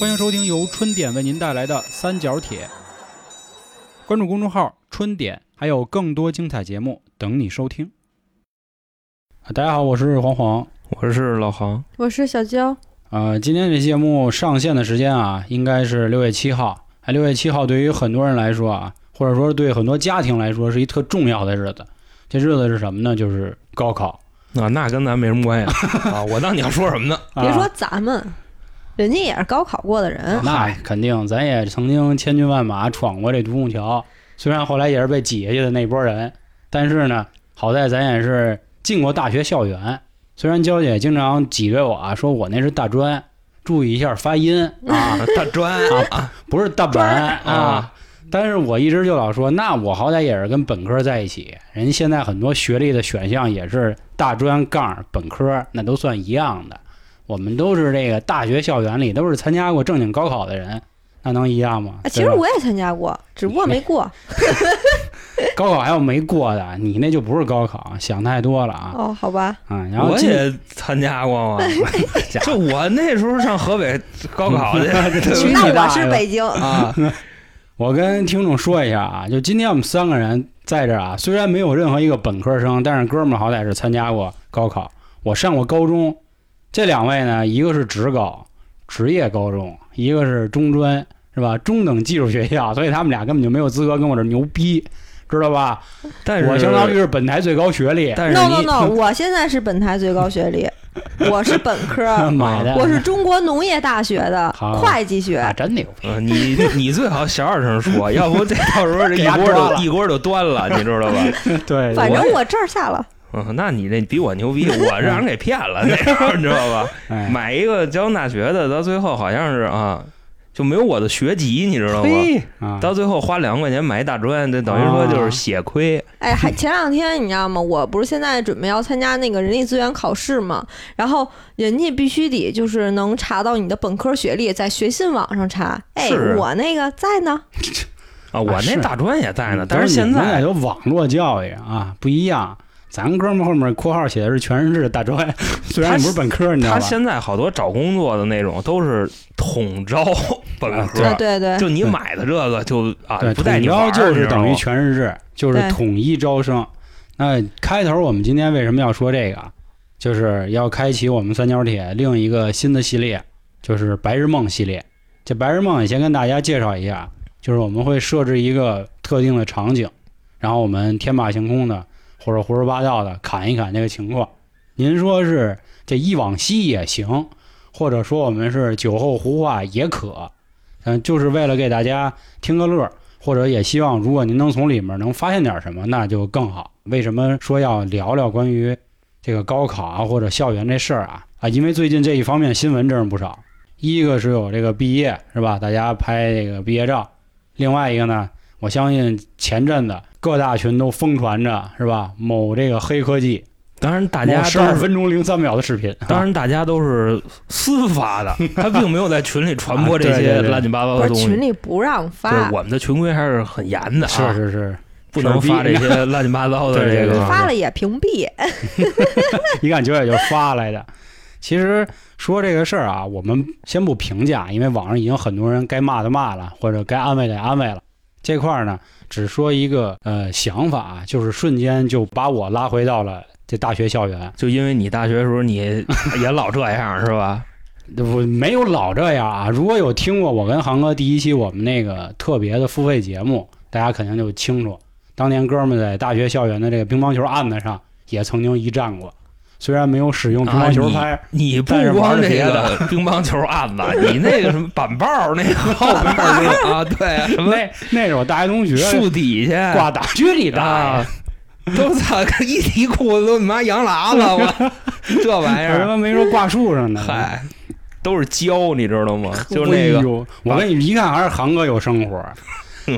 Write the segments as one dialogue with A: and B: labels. A: 欢迎收听由春点为您带来的《三角铁》，关注公众号“春点”，还有更多精彩节目等你收听。啊，大家好，我是黄黄。
B: 我是老航，
C: 我是小娇，
A: 呃，今天这节目上线的时间啊，应该是六月七号。哎，六月七号对于很多人来说啊，或者说对很多家庭来说，是一特重要的日子。这日子是什么呢？就是高考。
B: 啊，那跟咱没什么关 系啊！我当你要说什么呢？
A: 啊啊
C: 别说咱们，人家也是高考过的人，
A: 那肯定，咱也曾经千军万马闯过这独木桥，虽然后来也是被挤下去的那波人，但是呢，好在咱也是进过大学校园。虽然娇姐经常挤兑我啊，说我那是大专，注意一下发音 啊，
B: 啊大专啊，
A: 不是大本啊
B: 啊。
A: 但是我一直就老说，那我好歹也是跟本科在一起，人家现在很多学历的选项也是大专杠本科，那都算一样的。我们都是这个大学校园里都是参加过正经高考的人，那能一样吗？
C: 啊，其实
A: 对吧啊
C: 我也参加过，只不过 没过。
A: 高考还有没过的，你那就不是高考，想太多了啊
C: 哦，好 吧，
A: 啊！然后
B: 我
A: 今
B: 也参加 过嘛。就我那时候上河北高考 去
A: 去
C: 那
A: 你大
C: 我是
A: 爷
C: 北 京，
B: 啊，
A: 我跟听众说一下啊，就今天我们三个人在这儿啊，虽然没有任何一个本科生，但是哥们儿好歹是参加过高考，我上过高中。这两位呢，一个是职高，职业高中，一个是中专，是吧？中等技术学校，所以他们俩根本就没有资格跟我这牛逼，知道吧？
B: 但哎是
A: 我相当于是本台最高学历
B: 但是
C: no
B: 你
C: no no，我现在是本台最高学历，我是本 科，
A: 买的，
C: 我是中国农业大学 的
A: 好
C: 会计
A: 啊，
C: 学。
A: 真牛 逼！
B: 啊你你最好小点 声说，要不这到时候这
A: 给
B: 一
A: 压
B: 锅
A: 抓了
B: 就一锅就 端了，你知道吧？
A: 对，
C: 反
A: 我
C: 正我这儿下了，
B: 嗯，那你这比我牛 逼，我让人给骗了那时候，你知道吧？
A: 哎
B: 买一个交通大学的，到最后好像是啊，就没有我的学籍，你知道吗？
A: 嘿啊，
B: 到最后花两块钱买一大专，这等于说就是血亏。
C: 哎， 还前两天你知道吗？我不是现在准备要参加那个人力资源考试嘛，然后人家必须得就是能查到你的本科学历，在学信网上查。哎
B: 是，
A: 啊
C: 我那个在呢，
B: 啊，我那
A: 是
B: 大专也在呢，
A: 嗯
B: 但是
A: 你
B: 现
A: 们俩
B: 在
A: 有网络教育啊，不一样。咱哥们后面括号写的是全日制大专， 虽然
B: 他
A: 你不是本科，你知道
B: 他
A: 吧？
B: 现在好多找工作的那种都是统招本
A: 啊对
C: 对
B: 科，
C: 对对，
B: 就你买的这个就啊
A: 对，
B: 不带
A: 统
B: 你玩
A: 招
B: 儿，
A: 就是
B: 你知道
A: 等于
B: 吗
A: 全日制，就是
C: 对
A: 统一招生。那开头我们今天为什么要说这个啊？就是要开启我们三角铁另一个新的系列，就是白日梦系列。这白日梦也先跟大家介绍一下，就是我们会设置一个特定的场景，然后我们天马行空的或者胡说八道的侃一侃这个情况。您说是这忆往昔也行，或者说我们是酒后胡话也可，嗯，就是为了给大家听个乐儿，或者也希望如果您能从里面能发现点什么，那就更好。为什么说要聊聊关于这个高考啊或者校园这事儿啊？啊，因为最近这一方面新闻真是不少。一个是有这个毕业是吧？大家拍这个毕业照，另外一个呢，我相信前阵子各大群都疯传着是吧？某这个黑科技，
B: 当然大家
A: 十
B: 都
A: 二
B: 是。
A: 分啊钟零三秒的视频，
B: 当然，大家都是私 发的，他并没有在群里传播这
A: 啊对对
B: 些
A: 对
B: 乱七八糟
C: 不
B: 的
C: 是
B: 东西。
C: 群里不让发
B: 对，我们的群规还是很严的
A: 是
B: 啊，
A: 是是，
B: 不能发这些乱七八糟的
A: 对对
B: 这
A: 对
B: 个。
C: 发了也屏蔽。哎
A: 一看九也就发来的。其实说这个事儿啊，我们先不评价，因为网上已经很多人该骂的骂了，或者该安慰的也安慰了。这块儿呢，只说一个呃想法啊，就是瞬间就把我拉回到了这大学校园。
B: 就因为你大学时候你也老这样是吧？
A: 我没有老这样啊。如果有听过我跟航哥第一期我们那个特别的付费节目，大家肯定就清楚，当年哥们儿在大学校园的这个乒乓球案子上也曾经一战过，虽然没有使用乒乓球拍，
B: 你不
A: 但是玩
B: 光
A: 儿
B: 这
A: 别
B: 个 乒乓球案子，你那个什么板报 那个后边儿那 个啊，对啊，什么
A: 那那是我大学同学
B: 树底下
A: 挂大学里的，
B: 啊， 都操，一提裤子都你妈羊喇子 了，我这玩意
A: 哎我他
B: 儿，
A: 妈没说挂树上呢。
B: 哎嗨，都是胶，你知道吗？就是那
A: 哎
B: 个
A: 呦，我跟你一看还是航哥有生活。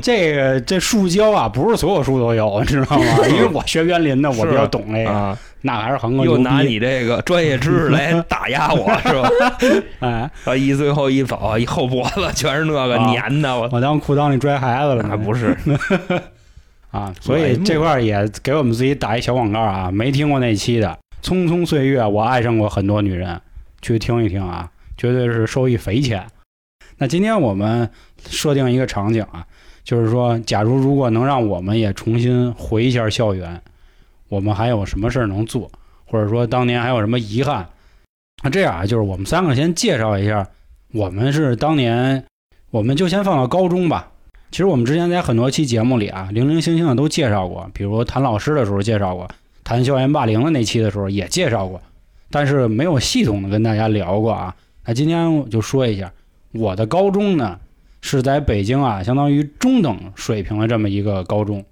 A: 这个这树胶啊，不是所有树都有，你知 道吗？因为我学园林的，我比较懂这个，
B: 啊，
A: 那还是航哥
B: 又
A: 牛
B: 拿
A: 逼。
B: 你这个专业知识来打压 我是吧？
A: 哎，
B: 啊，一最后一走，一后脖子全是那个
A: 啊
B: 粘的，我
A: 我当裤裆里拽孩子了
B: 那
A: 呢，
B: 不是
A: 啊，所以这块儿也给我们自己打一小广告啊，没听过那期的《匆匆岁月》，我爱上过很多女人，去听一听啊，绝对是受益匪浅。那今天我们设定一个场景啊，就是说，假如如果能让我们也重新回一下校园，我们还有什么事儿能做，或者说当年还有什么遗憾？那这样啊，就是我们三个先介绍一下，我们是当年，我们就先放到高中吧。其实我们之前在很多期节目里啊，零零星星的都介绍过，比如谈老师的时候介绍过，谈校园霸凌的那期的时候也介绍过，但是没有系统的跟大家聊过啊。那今天我就说一下，我的高中呢是在北京啊，相当于中等水平的这么一个高中。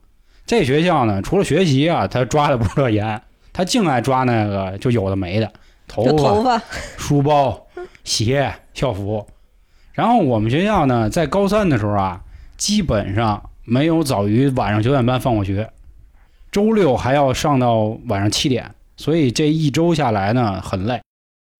A: 这学校呢，除了学习啊，他抓的不是特严，他净爱抓那个就有的没的，头啊
C: 就
A: 发
C: 头、 发，
A: 书包、鞋、校服。然后我们学校呢，在高三的时候啊，基本上没有早于晚上九点半放过学，周六还要上到晚上七点，所以这一周下来呢，很累。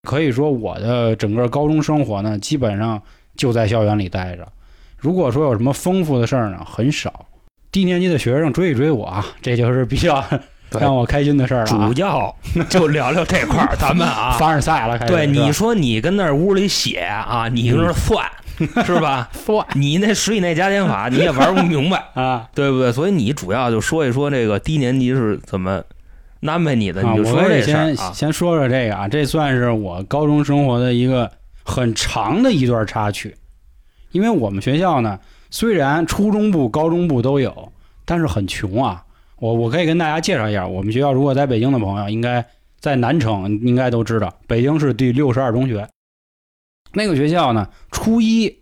A: 可以说我的整个高中生活呢，基本上就在校园里待着。如果说有什么丰富的事儿呢，很少。低年级的学生追一追我啊，这就是比较
B: 对
A: 让我开心的事儿了、啊
B: 主。要就聊聊这 块儿，咱们啊，
A: 凡尔赛了，开始
B: 对，
A: 哎是吧嗯
B: 你说你跟那儿屋里写啊，你跟那儿算、是吧？
A: 算
B: 你那十以内加减 法你也玩不明白，
A: 啊。
B: 对不对？所以你主要就说一说这个低年级是怎么安排你的，
A: 啊，
B: 你就
A: 我
B: 说
A: 也
B: 这事儿
A: 先
B: 啊。
A: 先说说这个啊，这算是我高中生活的一个很长的一段插曲，因为我们学校呢，虽然初中部、高中部都有，但是很穷啊。我我可以跟大家介绍一下，我们学校如果在北京的朋友，应该在南城应该都知道，北京市第六十二中学。那个学校呢，初一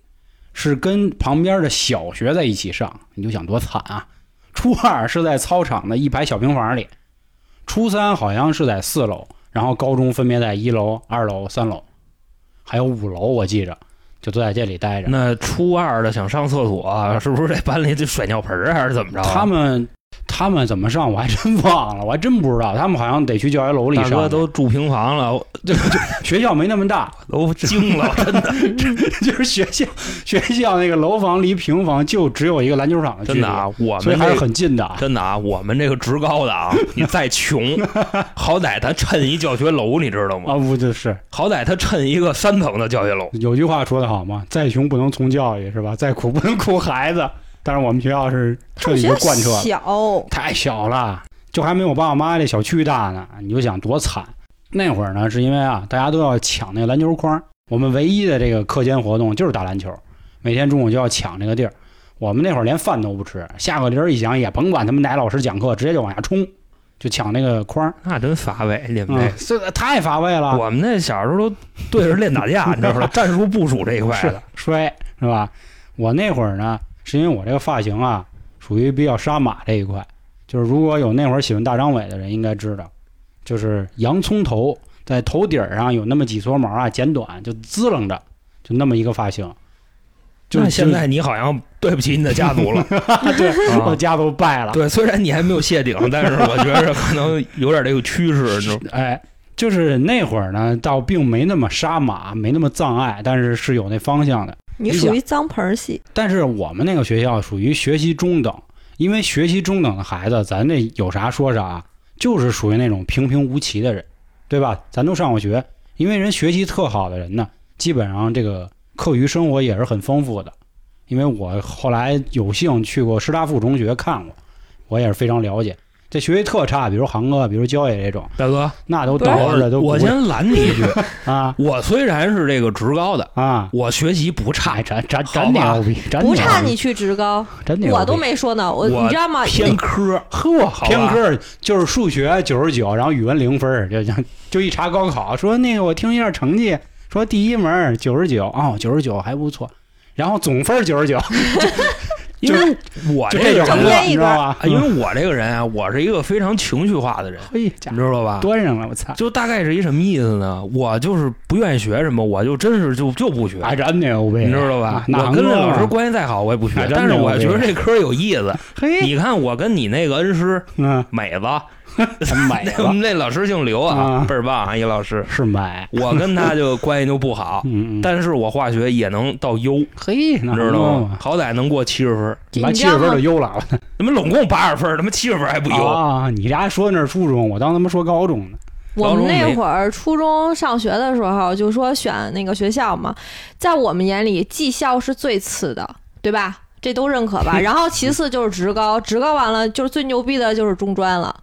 A: 是跟旁边的小学在一起上，你就想多惨啊！初二是在操场的一排小平房里，初三好像是在四楼，然后高中分别在一楼、二楼、三楼，还有五楼，我记着就都在这里待着。
B: 那初二的想上厕所、啊 是不是这班里得甩尿盆儿还是怎么着啊？
A: 他们他们怎么上我还真忘了，我还真不知道。他们好像得去教学楼里
B: 大哥
A: 上，
B: 都住平房了，我
A: 学校没那么大，
B: 都惊了，真的
A: 就是学校学校那个楼房离平房就只有一个篮球场的距
B: 真
A: 离，
B: 的啊！我
A: 所以
B: 们
A: 还
B: 这
A: 是很近的啊。
B: 真的啊，我们这个职高 的啊，你再穷，好歹他趁一教学楼，你知道吗？
A: 啊，不就是
B: 好歹他趁一个三层的教学楼。
A: 有句话说得好嘛，再穷不能从教育是吧？再苦不能苦孩子。但是我们学校是彻
C: 我
A: 底
C: 觉
A: 就
C: 得
A: 贯彻
B: 啊
A: 了。
C: 小，
A: 太小了，就还没有爸爸妈妈这小区大呢，你就想多惨。那会儿呢，是因为啊，大家都要抢那个篮球框，我们唯一的这个课间活动就是打篮球，每天中午就要抢这个地儿。我们那会儿连饭都不吃，下课铃儿一响也甭管他们哪老师讲课，直接就往下冲，就抢那个框。
B: 那真乏味，你们
A: 嗯啊
B: 这。，
A: 这个太乏味了。
B: 我们那小时候都对着练打架，你知道 吗？战术部署这一块
A: 是
B: 的，
A: 摔是吧？我那会儿呢，是因为我这个发型啊，属于比较杀马这一块，就是如果有那会儿喜欢大张伟的人应该知道，就是洋葱头，在头顶儿上有那么几撮毛啊，剪短就滋楞着，就那么一个发型。就
B: 那现在你好像对不起你的家 族了。
A: 对，
B: 啊
A: 我家都败了。
B: 对，虽然你还没有谢顶，但是我觉得可能有点这个趋势，你知道吗？
A: 哎，就是那会儿呢，倒并没那么杀马，没那么障碍，但是是有那方向的。
C: 你
A: 你
C: 属
A: 想
C: 于脏盆儿系，
A: 但是我们那个学校属于学习中等，因为学习中等的孩子，咱这有啥说啥啊，就是属于那种平平无奇的人，对吧？咱都上过学，因为人学习特好的人呢，基本上这个课余生活也是很丰富的。因为我后来有幸去过师大附中学看过，我也是非常了解。这学习特差，比如航哥，比如焦野这种，
B: 大哥，
A: 那都
C: 不是
A: 倒着的都不
B: 我
A: 会
B: 先拦你一句，
A: 啊
B: 我虽然是这个职高的，
A: 啊！
B: 我学习不差
A: 哎，，真真
B: 好
A: 真
B: 吧
A: 牛逼，真
C: 不
B: 啊
C: 差
A: 牛
C: 你
A: 逼，
C: 去职高，
A: 真牛逼！
C: 我都没说呢，我
B: 我
C: 你知道吗？
B: 偏科，
A: 哎呵，
B: 好吧
A: 偏科儿就是数学九十九，然后语文零分儿，就就就一查高考，说那个我听一下成绩，说第一门九十九，哦，九十九还不错，然后总分九十 九，
B: 因为我
A: 就这
B: 这个
A: 种
C: 整
B: 人
C: 天
A: 的，
B: 啊，
A: 你知道吧？
B: 因为我这个人啊，我是一个非常情绪化的人，
A: 嘿，家
B: 你
A: 伙
B: 知道吧？
A: 端上了，我操！
B: 就大概是一什么意思呢？我就是不愿意学什么，我就真是就就不学，
A: 哎，真牛逼，
B: 你知道吧？
A: 那
B: 我跟这老师
A: 行啊
B: 关系再好，我也不学
A: 哎，真
B: 但是我觉
A: 牛
B: 得
A: 逼
B: 这科有意 思。
A: 嘿，
B: 你看我跟你那个恩师
A: 嗯，
B: 美子，
A: 买
B: 那我
A: 了
B: 们那老师姓刘
A: 啊
B: 啊，倍儿棒啊，一老师。
A: 是买，
B: 我跟他就关系就不好，
A: 嗯，嗯
B: 但是我化学也能到优，你
A: 嘿，那
B: 知
A: 行
B: 道吗
A: 啊？？
B: 好歹能过七十分，
A: 把
C: 你
A: 七
C: 知
A: 十
C: 道
A: 分就
C: 吗？
A: 优了，哦
B: 他妈拢共八十分，他妈七十分还不优。
A: 啊！你俩说那是初中，我当他妈说高中呢。
C: 我们
B: 高中
C: 那
B: 没
C: 会儿初中上学的时候，就说选那个学校嘛，在我们眼里，技校是最次的，对吧？这都认可 吧？然后其次就是职高，职高完了就是最牛逼的就是中专了，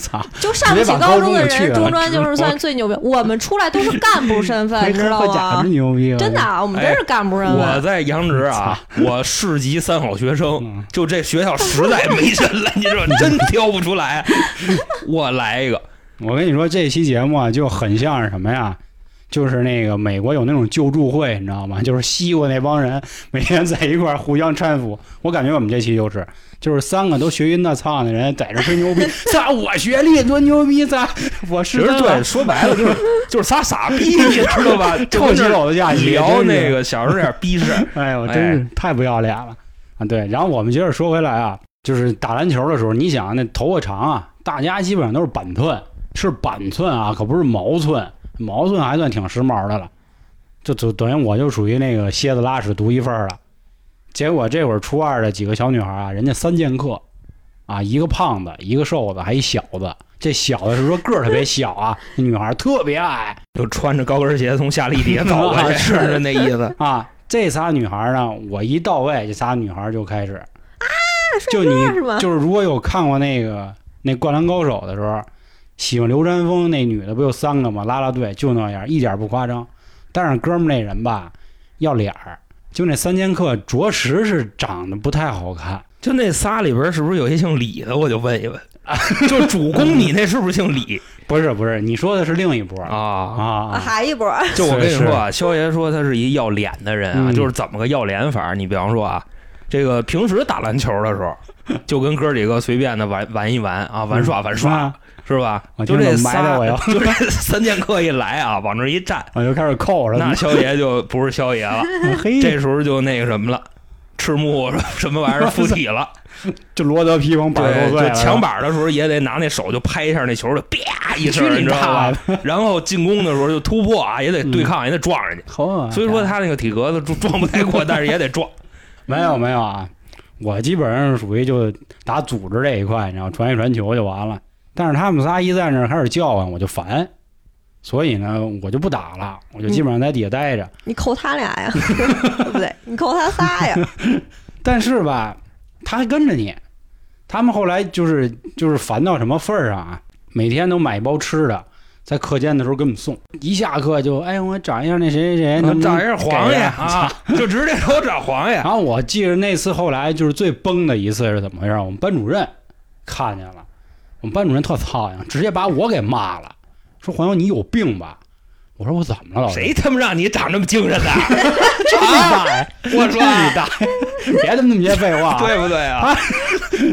A: 操，
C: 就上不起
A: 直接
C: 中的
A: 把高中给去
C: 人，
A: 了
C: 中专就是算最牛逼。我们出来都是干部身份，
A: 黑
C: 你知
A: 客
C: 道
A: 和假
C: 吗
A: 真？牛逼，
C: 真的啊，我们真是干部身
B: 我
C: 份。
B: 在杨 直啊，我市级三好学生
A: 嗯，
B: 就这学校实在没人了，你 知道，真挑不出来。我来一个，
A: 我跟你说，这期节目啊，就很像是什么呀？就是那个美国有那种救助会，你知道吗？就是西瓜那帮人每天在一块儿互相搀扶。我感觉我们这期就是，就是三个都学晕的操的人在这吹 牛逼，操我学历多牛逼，操我
B: 其
A: 是
B: 实
A: 真
B: 对，
A: 的
B: 说白了就是就是仨傻逼，你知 道吧？就
A: 臭
B: 跟
A: 起
B: 这儿
A: 狗的假期
B: 聊
A: 真是
B: 那个小时候那点逼事儿，
A: 哎呦，真是太不要脸了啊！对，然后我们接着说回来啊，就是打篮球的时候，你想那头发长啊，大家基本上都是板寸，是板寸啊，可不是毛寸，毛寸还算挺时髦的了。就就等于我就属于那个蝎子拉屎独一份儿了。结果这会儿初二的几个小女孩啊，人家三剑客啊，一个胖子，一个瘦子，还一小子。这小的是说个儿特别小啊，那女孩特别矮，
B: 就穿着高跟鞋从夏利底下走过去， 是是那意思。
A: 啊，这仨女孩呢，我一到位，这仨女孩就开始啊，就你
C: 是吗
A: 就是如果有看过那个那《灌篮高手》的时候，喜欢刘占峰那女的不有三个吗？拉拉队就那样，一点不夸张。但是哥们儿那人吧，要脸儿，就那三剑客着实是长得不太好看。
B: 就那仨里边是不是有些姓李的？我就问一 问，就主攻你那是不是姓李
A: 不是不是，你说的是另一波
B: 啊？
A: 啊
C: 还一波，
B: 就我跟你说啊，肖爷说他是一要脸的人啊，
A: 嗯
B: 就是怎么个要脸法儿？你比方说啊，这个平时打篮球的时候，就跟哥几个随便的玩玩一玩啊，玩耍玩耍，
A: 啊，
B: 是吧？
A: 我
B: 就
A: 听
B: 这
A: 着埋汰
B: 仨
A: 我哟，
B: 就这三剑客一来啊，往这一站，
A: 我就开始扣了。
B: 那肖爷就不是肖 爷了，
A: 嘿，
B: 这时候就那个什么了。赤木什么玩意儿附体了，
A: 就罗德皮王八十
B: 对，
A: 多岁了，
B: 就抢板的时候也得拿那手就拍一下那球，就啪一
A: 去
B: 声，你
A: 你
B: 知道
A: 大嗯
B: 吧？然后进攻的时候就突破啊，也得对抗，也得撞人家。
A: 好啊！
B: 所以说他那个体格子撞撞不太过，但是也 得撞。
A: 没有没有啊，我基本上是属于就打组织这一块，你知道，传一传球就完了。但是他们仨一在那儿开始叫唤，我就烦，所以呢，我就不打了，我就基本上在底下待着。
C: 你扣他俩呀？对不对，你扣他仨呀？
A: 但是吧，他还跟着你。他们后来就是就是烦到什么份儿上啊，每天都买一包吃的，在课间的时候给我们送。一下课就哎，我找一下那谁谁谁，能不能
B: 长一下
A: 哎
B: 皇
A: 给
B: 爷
A: 呀
B: 啊，就直接给我找皇爷。
A: 然后我记着那次后来就是最崩的一次是怎么回事儿？我们班主任看见了，我们班主任特操心，直接把我给骂了，说黄油你有病吧？我说我怎么了老师？啊
B: 谁他妈让你长这么精神的？
A: 这么大呀？
B: 我
A: 这
B: 说、
A: 么大哎呀， 别他妈那么些废话啊。
B: 对不对啊？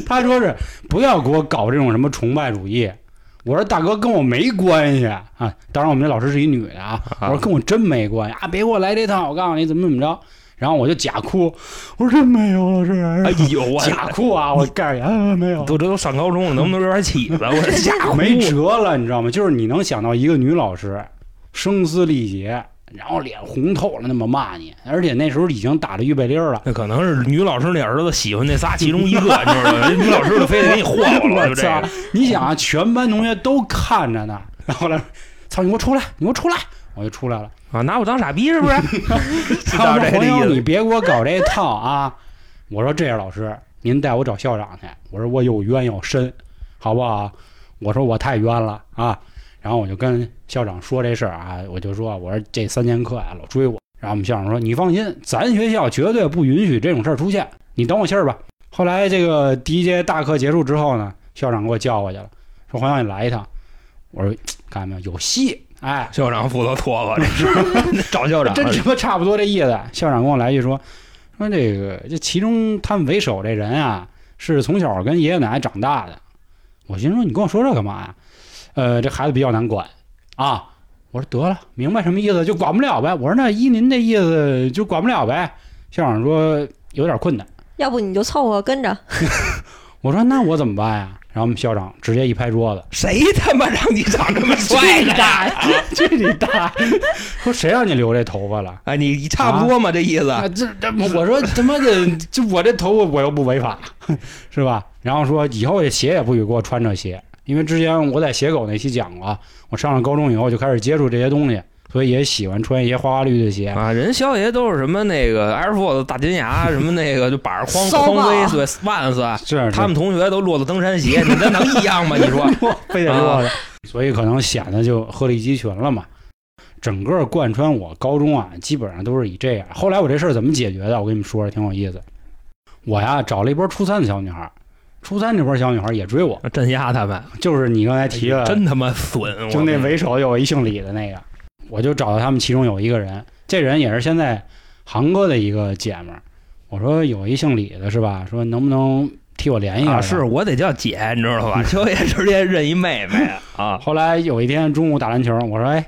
A: 他说是不要给我搞这种什么崇拜主义。我说大哥跟我没关系啊，当然我们这老师是一女的啊。我说跟我真没关系啊，别给我来这套，我告诉你怎么怎么着。然后我就假哭，我说真没有老师，
B: 哎呦， 我
A: 假哭啊！我告诉你，啊没有，
B: 都这都上高中了，能不能有点起子？我这吓唬
A: 没辙了，你知道吗？就是你能想到一个女老师，声嘶力竭，然后脸红透了，那么骂你，而且那时候已经打了预备铃儿了。
B: 那可能是女老师那儿子喜欢那仨其中一个，你知道吗？女老师就非得给你霍霍了，
A: 我
B: 就这
A: 操
B: 个。！
A: 你想啊，全班同学都看着呢，然后后来，操，你给我出来，你给我出来，我就出来了。
B: 啊，拿我当傻逼是不是？就
A: 他
B: 到
A: 们
B: 这
A: 说黄
B: 个意
A: 友，你
B: 思。
A: 别给我搞这套啊！我说这样，老师，您带我找校长去。我说我有冤有深，好不好？我说我太冤了啊！然后我就跟校长说这事儿啊，我就说我说这三剑客啊老追我。然后我们校长说你放心，咱学校绝对不允许这种事儿出现，你等我信儿吧。后来这个第一节大课结束之后呢，校长给我叫过去了，说黄洋你来一趟。我说看见没有，有戏，哎，
B: 校长负责拖吧，这是找校长。
A: 真他妈差不多这意思。校长跟我来一句说，说这个这其中他们为首这人啊，是从小跟爷爷奶奶长大的。我心说你跟我说这干嘛呀？呃，这孩子比较难管啊。我说得了，明白什么意思就管不了呗。我说那依您这意思就管不了呗。校长说有点困难。
C: 要不你就凑合跟着。
A: 我说那我怎么办呀？然后我们校长直接一拍桌子，
B: 谁他妈让你长这么帅
A: 去 你
B: 的？
A: 大爷，去你大爷！说谁让你留这头发了？
B: 哎，你差不多嘛，这意思。
A: 啊，这这我说他妈的， 这我这头发我又不违法，是吧？然后说以后这鞋也不许给我穿这鞋，因为之前我在写狗那期讲过，我上了高中以后就开始接触这些东西，所以也喜欢穿一些花花绿绿的鞋。
B: 啊，人肖爷都是什么那个 Air Force 大金牙，什么那个就板儿框
C: 骚吧
B: 匡威，对，Vans，
A: 是
B: 他们同学都落到登山鞋，你这能一样吗？你说
A: 非得
B: 啊
A: 说的，所以可能显得就鹤立鸡群了嘛。整个贯穿我高中啊，基本上都是以这样。后来我这事儿怎么解决的？我跟你们说，挺有意思。我呀找了一波初三的小女孩儿，初三这波小女孩儿也追我，
B: 啊镇压他们，
A: 就是你刚才提的，
B: 哎真他妈损！我
A: 哎
B: 嗯
A: 就那为首有一姓李的那个，我就找到他们其中有一个人，这人也是现在航哥的一个姐们儿。我说有一姓李的是吧？说能不能替我联系一下
B: 啊，
A: 呀？
B: 是我得叫姐，你知 道吧？肖爷直接认一妹妹啊，
A: 后来有一天中午打篮球，我说：“哎，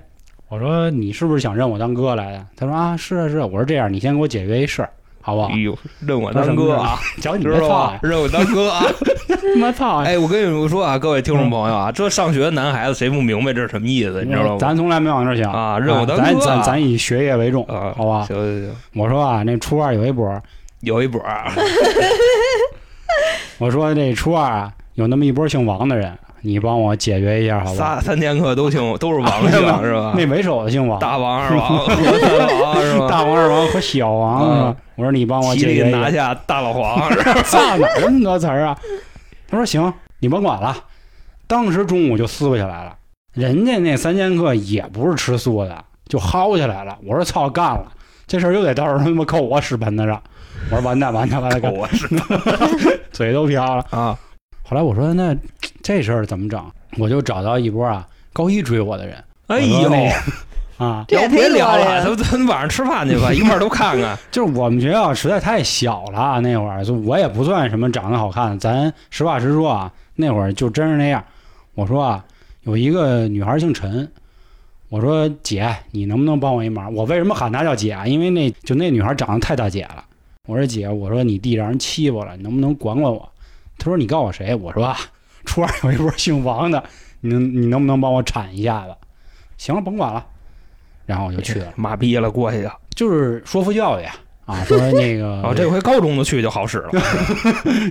A: 我说你是不是想认我当哥来的？”他说：“啊，是啊是啊。”我说：“这样，你先给我解决一事儿，好不好？”
B: 哎呦，认我当哥啊，
A: 瞧你
B: 知
A: 别
B: 道
A: 操
B: 吧
A: 啊，？
B: 认我当哥 啊！
A: 他妈操啊！
B: 哎，我跟你们说啊，各位听众朋友啊，这上学的男孩子谁不明白这是什么意思？你知道吗？
A: 嗯咱从来没往那儿想
B: 啊认我当
A: 咱
B: 哥啊
A: 咱咱以学业为重，
B: 啊，
A: 好吧？
B: 行行行，
A: 我说啊，那初二有一波，
B: 有一波啊，
A: 我说这初二啊有那么一波姓王的人，你帮我解决一下，好吧？
B: 三三剑客都姓都是王姓
A: 啊
B: 是吧？
A: 那为首的姓王，
B: 大 王二王和三王是吧？
A: 大王、二王和小王是吧？我说你帮我
B: 吉
A: 解决
B: 林
A: 一下
B: 拿。下大 老黄是吧？
A: 操，哪儿那么多词儿啊？他说行，你甭管了。当时中午就撕巴起来了，人家那三剑客也不是吃素的，就薅起来了。我说操，干了，这事儿又得到时候他妈扣我屎盆子上。我说完蛋完蛋完 蛋，
B: 我是
A: 嘴都瓢了。
B: 啊，
A: 后来我说那这事儿怎么整？我就找到一波啊高一追我的人
B: 哎
A: 我说，
B: 呦
A: 那 啊，
C: 这也
B: 要不别
C: 忒多
B: 聊
C: 呀
B: 了，咱咱晚上吃饭去吧，一块儿都看看。
A: 就是我们学校实在太小了啊，那会儿就我也不算什么长得好看，咱实话实说啊，那会儿就真是那样。我说啊，有一个女孩姓陈，我说姐，你能不能帮我一忙？我为什么喊她叫姐啊？因为那就那女孩长得太大姐了。我说姐，我说你弟让人欺负了，你能不能管管我？她说你告我谁？我说啊，初二有一波姓王的，你能你能不能帮我铲一下子？行了，甭管了。然后我就去了，
B: 妈逼了，过去啊！
A: 就是说服教育啊啊，说那个
B: 哦，这回高中的去就好使 了。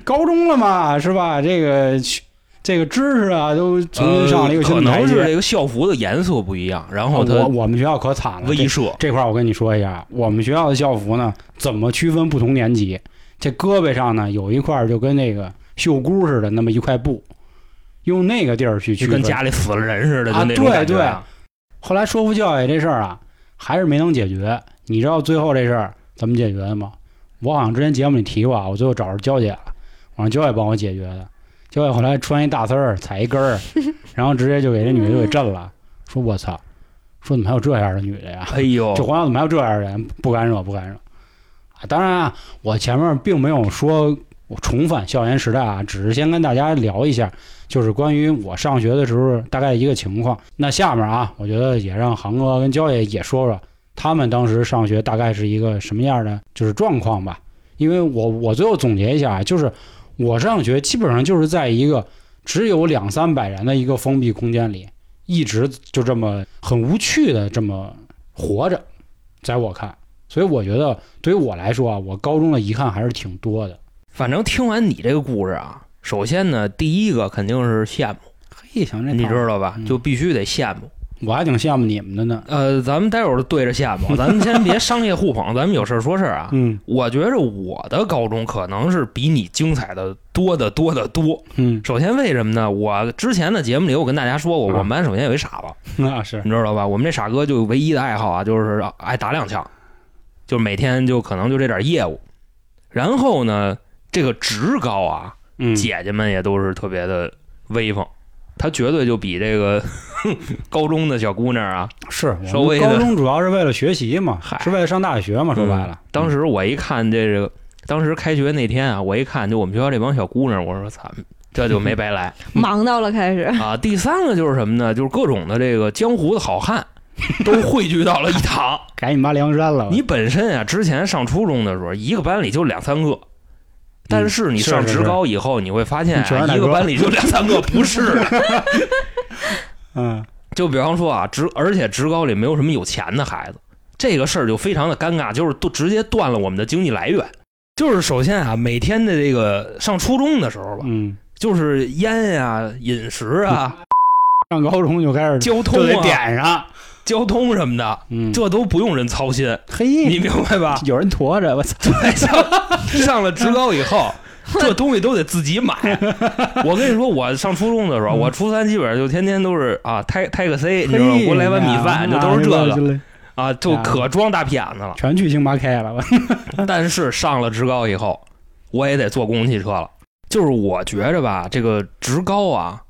A: 高中了嘛，是吧？这个去这个知识啊，都重新上了一个新
B: 呃可
A: 的台
B: 能是
A: 阶。
B: 这个校服的颜色不一样，然后
A: 我
B: 它
A: 我们学校可惨了，
B: 威
A: 这
B: 慑
A: 这块儿我跟你说一下，我们学校的校服呢，怎么区分不同年级？这胳膊上呢有一块儿就跟那个袖箍似的那么一块布，用那个地儿去区
B: 就跟
A: 分。
B: 家里死了人似的，就
A: 啊
B: 那种感觉
A: 对对后来说服教育这事儿啊，还是没能解决。你知道最后这事儿怎么解决的吗？我好像之前节目里提过啊，我最后找着娇姐了，我让娇姐帮我解决的。娇姐后来穿一大丝儿，踩一跟儿，然后直接就给这女的就给震了，说我操，说怎么还有这样的女的呀？
B: 哎呦
A: 这，黄校怎么还有这样的人？不干涉，不干涉。啊，当然啊，我前面并没有说我重返校园时代啊，只是先跟大家聊一下，就是关于我上学的时候大概一个情况。那下面啊，我觉得也让航哥跟焦爷也说说他们当时上学大概是一个什么样的就是状况吧。因为我我最后总结一下啊，就是我上学基本上就是在一个只有两三百人的一个封闭空间里，一直就这么很无趣的这么活着。在我看，所以我觉得对于我来说啊，我高中的遗憾还是挺多的。
B: 反正听完你这个故事啊，首先呢，第一个肯定是羡慕，
A: 嘿，想这
B: 你知，道吧？
A: 嗯
B: 就必须得羡慕。
A: 我还挺羡慕你们的呢。
B: 呃，咱们待会儿对着羡慕，咱们 先别商业互捧，咱们有事儿说事儿啊。
A: 嗯
B: 我觉着我的高中可能是比你精彩的多得多得多。
A: 嗯，
B: 首先，为什么呢？我之前的节目里我跟大家说过，
A: 啊
B: 我们班首先有一傻子，
A: 那是
B: 你知道吧？我们这傻哥就唯一的爱好啊，就是爱打两枪，就是每天就可能就这点业务。然后呢，这个职高啊，
A: 嗯
B: 姐姐们也都是特别的威风，她绝对就比这个 高中的小姑娘啊。
A: 是
B: 稍
A: 我
B: 微
A: 们
B: 的
A: 高中主要是为了学习嘛
B: 嗨，嗯
A: 是为了上大学嘛。说白了，
B: 当时我一看这个，当时开学那天啊，我一看就我们学校这帮小姑娘，我说操，这就没白来
C: 忙到了开始，
B: 啊！第三个就是什么呢？就是各种的这个江湖的好汉都汇聚到了一堂。
A: 嗯改你妈梁山了。
B: 你本身啊，之前上初中的时候，一个班里就两三个。但是你
A: 嗯是
B: 上
A: 是
B: 职高以后，你会发现、
A: 全是
B: 啊，
A: 大
B: 一个
A: 哥
B: 班里就两三个，不是的。
A: 嗯
B: 就比方说啊，职而且职高里没有什么有钱的孩子，这个事儿就非常的尴尬，就是都直接断了我们的经济来源。就是首先啊，每天的这个上初中的时候吧，
A: 嗯
B: 就是烟呀、饮食啊、
A: 上高中就开始
B: 交
A: 嗯就
B: 通
A: 得
B: 啊、
A: 点上，
B: 交通什么的，
A: 嗯，
B: 这都不用人操心，
A: 嘿，？
B: 你明白吧
A: 有人驮着，我操，
B: 对上上了职高以 后，这东西都得自己买。我跟你说，我上初中的时候，我初三基本上就天天都是啊，抬抬个 C，你知道吗？
A: 嗯嘿
B: 给我来碗米饭，就
A: 那
B: 都是这个
A: 个，嗯
B: 啊，就可装大屁眼子了。
A: 全去星巴克了，
B: 啊
A: 我
B: 但是上了职高以后，我也得坐公共汽车了。就是我觉着吧，这个职高啊，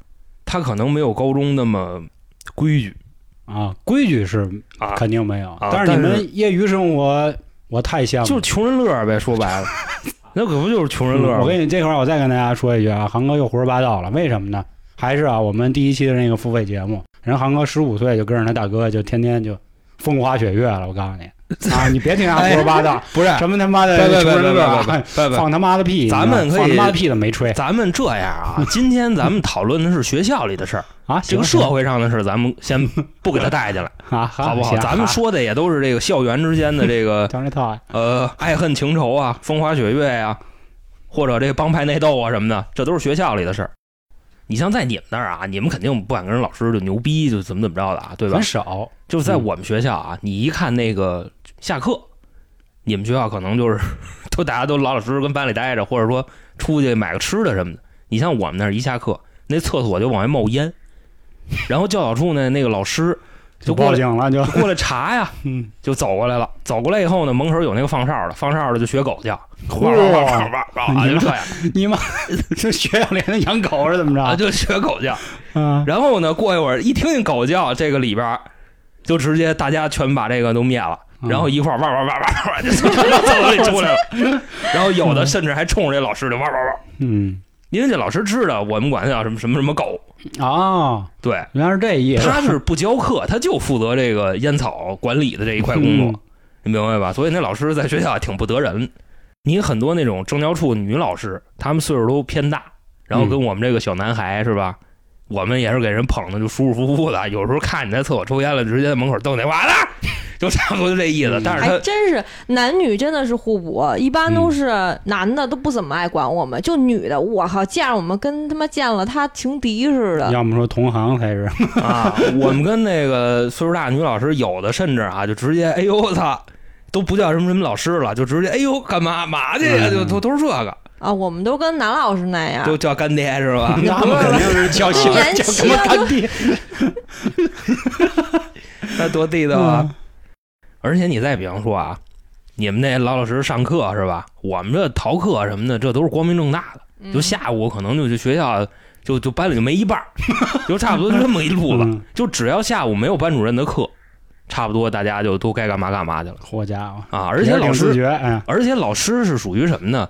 B: 它可能没有高中那么规矩
A: 啊，规矩是
B: 啊，
A: 肯定没有，
B: 啊
A: 但是你
B: 但是
A: 们业余生活，我太羡慕了，
B: 就是穷人乐儿呗。说 白了，那可不就是穷人乐儿吗？
A: 嗯我跟你这块儿，我再跟大家说一句啊，航哥又胡说八道了，为什么呢？还是啊，我们第一期的那个付费节目，人航哥十五岁就跟着他大哥就天天就风花雪月了，我告诉你啊，你别听他胡说八道，
B: 不是，
A: 什么他妈
B: 哎别
A: 的
B: 别别
A: 穷
B: 别
A: 人乐啊
B: 别别别，
A: 放他妈的屁，
B: 咱们可以
A: 放他妈的屁都没吹
B: 咱们这样啊，今天咱们讨论的是学校里的事儿，
A: 啊，
B: 这
A: 行
B: 个社会上的事儿，咱们先不给他带 进来，
A: 啊，
B: 好不好？
A: 行
B: 咱们说的也都是这个校园之间的这个
A: 啊张这套啊，
B: 呃，爱恨情仇啊，风花雪月呀、或者这帮派内斗啊什么的，这都是学校里的事儿。你像在你们那儿啊，你们肯定不敢跟人老师就牛逼，就怎么怎么着的啊，对吧
A: 很？少，
B: 就是在
A: 嗯
B: 我们学校啊，你一看那个下课，你们学校可能就是 都大家都老老实实跟班里待着，或者说出去买个吃的什么的。你像我们那儿一下课，那厕所就往外冒烟，然后教导处呢，那个老师 就过
A: 报
B: 来
A: 警了就，
B: 就过来查呀，
A: 嗯，
B: 就走过来了。走过来以后呢，门口有那个放哨的，放哨的就学狗叫， 汪汪汪汪汪汪啊，就这样
A: 你妈这学校里那养狗是怎么
B: 啊，
A: 着？
B: 就学狗叫。
A: 嗯，
B: 然后呢，过一会儿一听见狗叫，这个里边儿就直接大家全把这个都灭了，然后一块儿汪汪汪汪汪就从厕所里出来了。然后有的甚至还冲着这老师就汪汪汪，
A: 嗯
B: 因为这老师知道我们管他叫什么什么什么狗，
A: 哦，
B: 对，
A: 原来是这意思，嗯
B: 他是不教课，他就负责这个烟草管理的这一块工作。你明白吧？所以那老师在学校也挺不得人。你很多那种政教处女老师，她们岁数都偏大，然
A: 嗯
B: 后跟我们这个小男孩、是吧？我们也是给人捧的就舒舒服服的，有时候看你在厕所抽烟了，直接在门口瞪你，完了， 就差不多就这意思。
A: 嗯
B: 但是
C: 还
B: 他
C: 真是男女真的是互补，一般都是男的都不怎么爱管我们，就女的，我靠，见着我们跟他妈见了他情敌似的。
A: 要么说同行才 是，
B: 啊，我们跟那个岁数大的女老师，有的甚至啊，就直接哎呦我操，都不叫什么什么老师了，就直接哎呦干嘛嘛去呀，
A: 嗯
B: 就都都是这个，
C: 啊，我们都跟男老师那样，
B: 都叫干爹是吧？
A: 他们 肯定是叫媳妇儿
C: 言
A: 叫什
C: 情
A: 么干爹，
B: 那多地道啊！
A: 嗯
B: 而且你再比方说啊，你们那老老实实上课是吧？我们这逃课什么的，这都是光明正大的。
C: 嗯
B: 就下午可能就去学校，就就班里就没一半儿， 就差不多就这么一路子。
A: 嗯
B: 就只要下午没有班主任的课，差不多大家就都该干嘛干嘛去了
A: 好家伙！
B: 啊！而且老
A: 挺自
B: 师，
A: 觉，哎，
B: 而且老师是属于什么呢？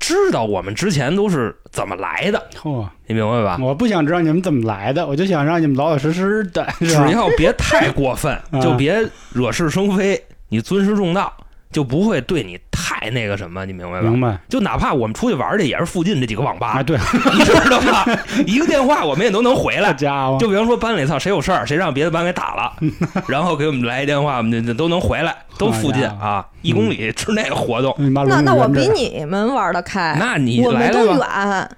B: 知道我们之前都是怎么来的，
A: 嚯！
B: 你明白吧？
A: 我不想知道你们怎么来的，我就想让你们老老实实的，
B: 只
A: 是啊吧？
B: 要别太
A: ，
B: 过分
A: 啊
B: 就别惹是生非，你尊师重道，就不会对你太那个什么，你明白吧？
A: 明白
B: 就哪怕我们出去玩儿去，也是附近这几个网
A: 啊？
B: 吧，
A: 对，
B: 你知道吧？一个电话我们也都能回
A: 好
B: 来。
A: 家伙，
B: 就比方说班里操谁有事儿，谁让别的班给 打了，然后给我们来一电话，我们就就都能回
A: 哎
B: 来，都附近
A: 好家伙
B: 啊，一公里之内活动。
A: 你妈
C: 那
A: 轮
C: 那
A: 着
C: 我
A: 轮着
C: 比你们玩的开，
B: 那你
C: 哎我
B: 来
C: 们
B: 了
C: 都
B: 吧？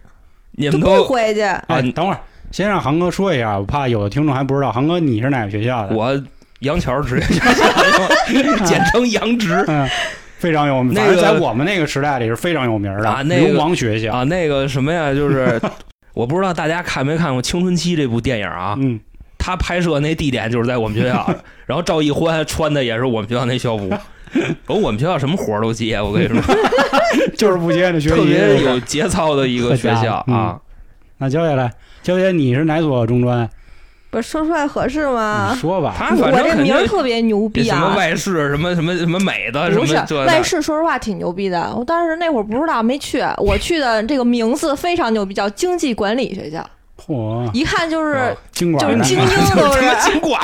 C: 远，
B: 你
C: 就
B: 们
C: 不
B: 都
C: 回去。
A: 哎，
B: 啊
A: 等会儿先让航哥说一下，我怕有的听众还不知道，航哥你是哪个学校的？
B: 我杨桥职业学校，简称杨 职
A: 嗯，非常有名，
B: 那
A: 反正
B: 个
A: 在我们那个时代里是非常有名
B: 啊
A: 的
B: 那个
A: 流氓学校。
B: 啊。那个什么呀，就是我不知道大家看没看过《青春期》这部电影啊？
A: 嗯，
B: 他拍摄那地点就是在我们学校， 然后赵一欢穿的也是我们学校那校服。我我们学校什么活儿都接，我跟你说，
A: 就是不接着学
B: 特
A: 习这
B: 别
A: 个事儿。
B: 有节操的一个学校
A: 嗯
B: 啊。
A: 那娇姐来，娇姐你是哪所中专？
C: 不是说出来合适吗
A: 你？说吧。
B: 他
C: 我
B: 反正
C: 这
B: 肯定
C: 名儿特别牛逼
B: 什
C: 啊
B: 么！外事，什么什么什么美的，什
C: 不
B: 么
C: 是
B: 这那
C: 外事，说实话挺牛逼的。我当时那会儿不知道，没去。我去的这个名字非常牛逼，叫经济管理学校，
A: 嚯，
C: 一看就是
B: 哦
A: 经
C: 就
A: 管
C: 是
A: 的，
C: 精
B: 就
C: 英
B: 是
C: 都
B: 他
C: 是
B: 妈。经 管。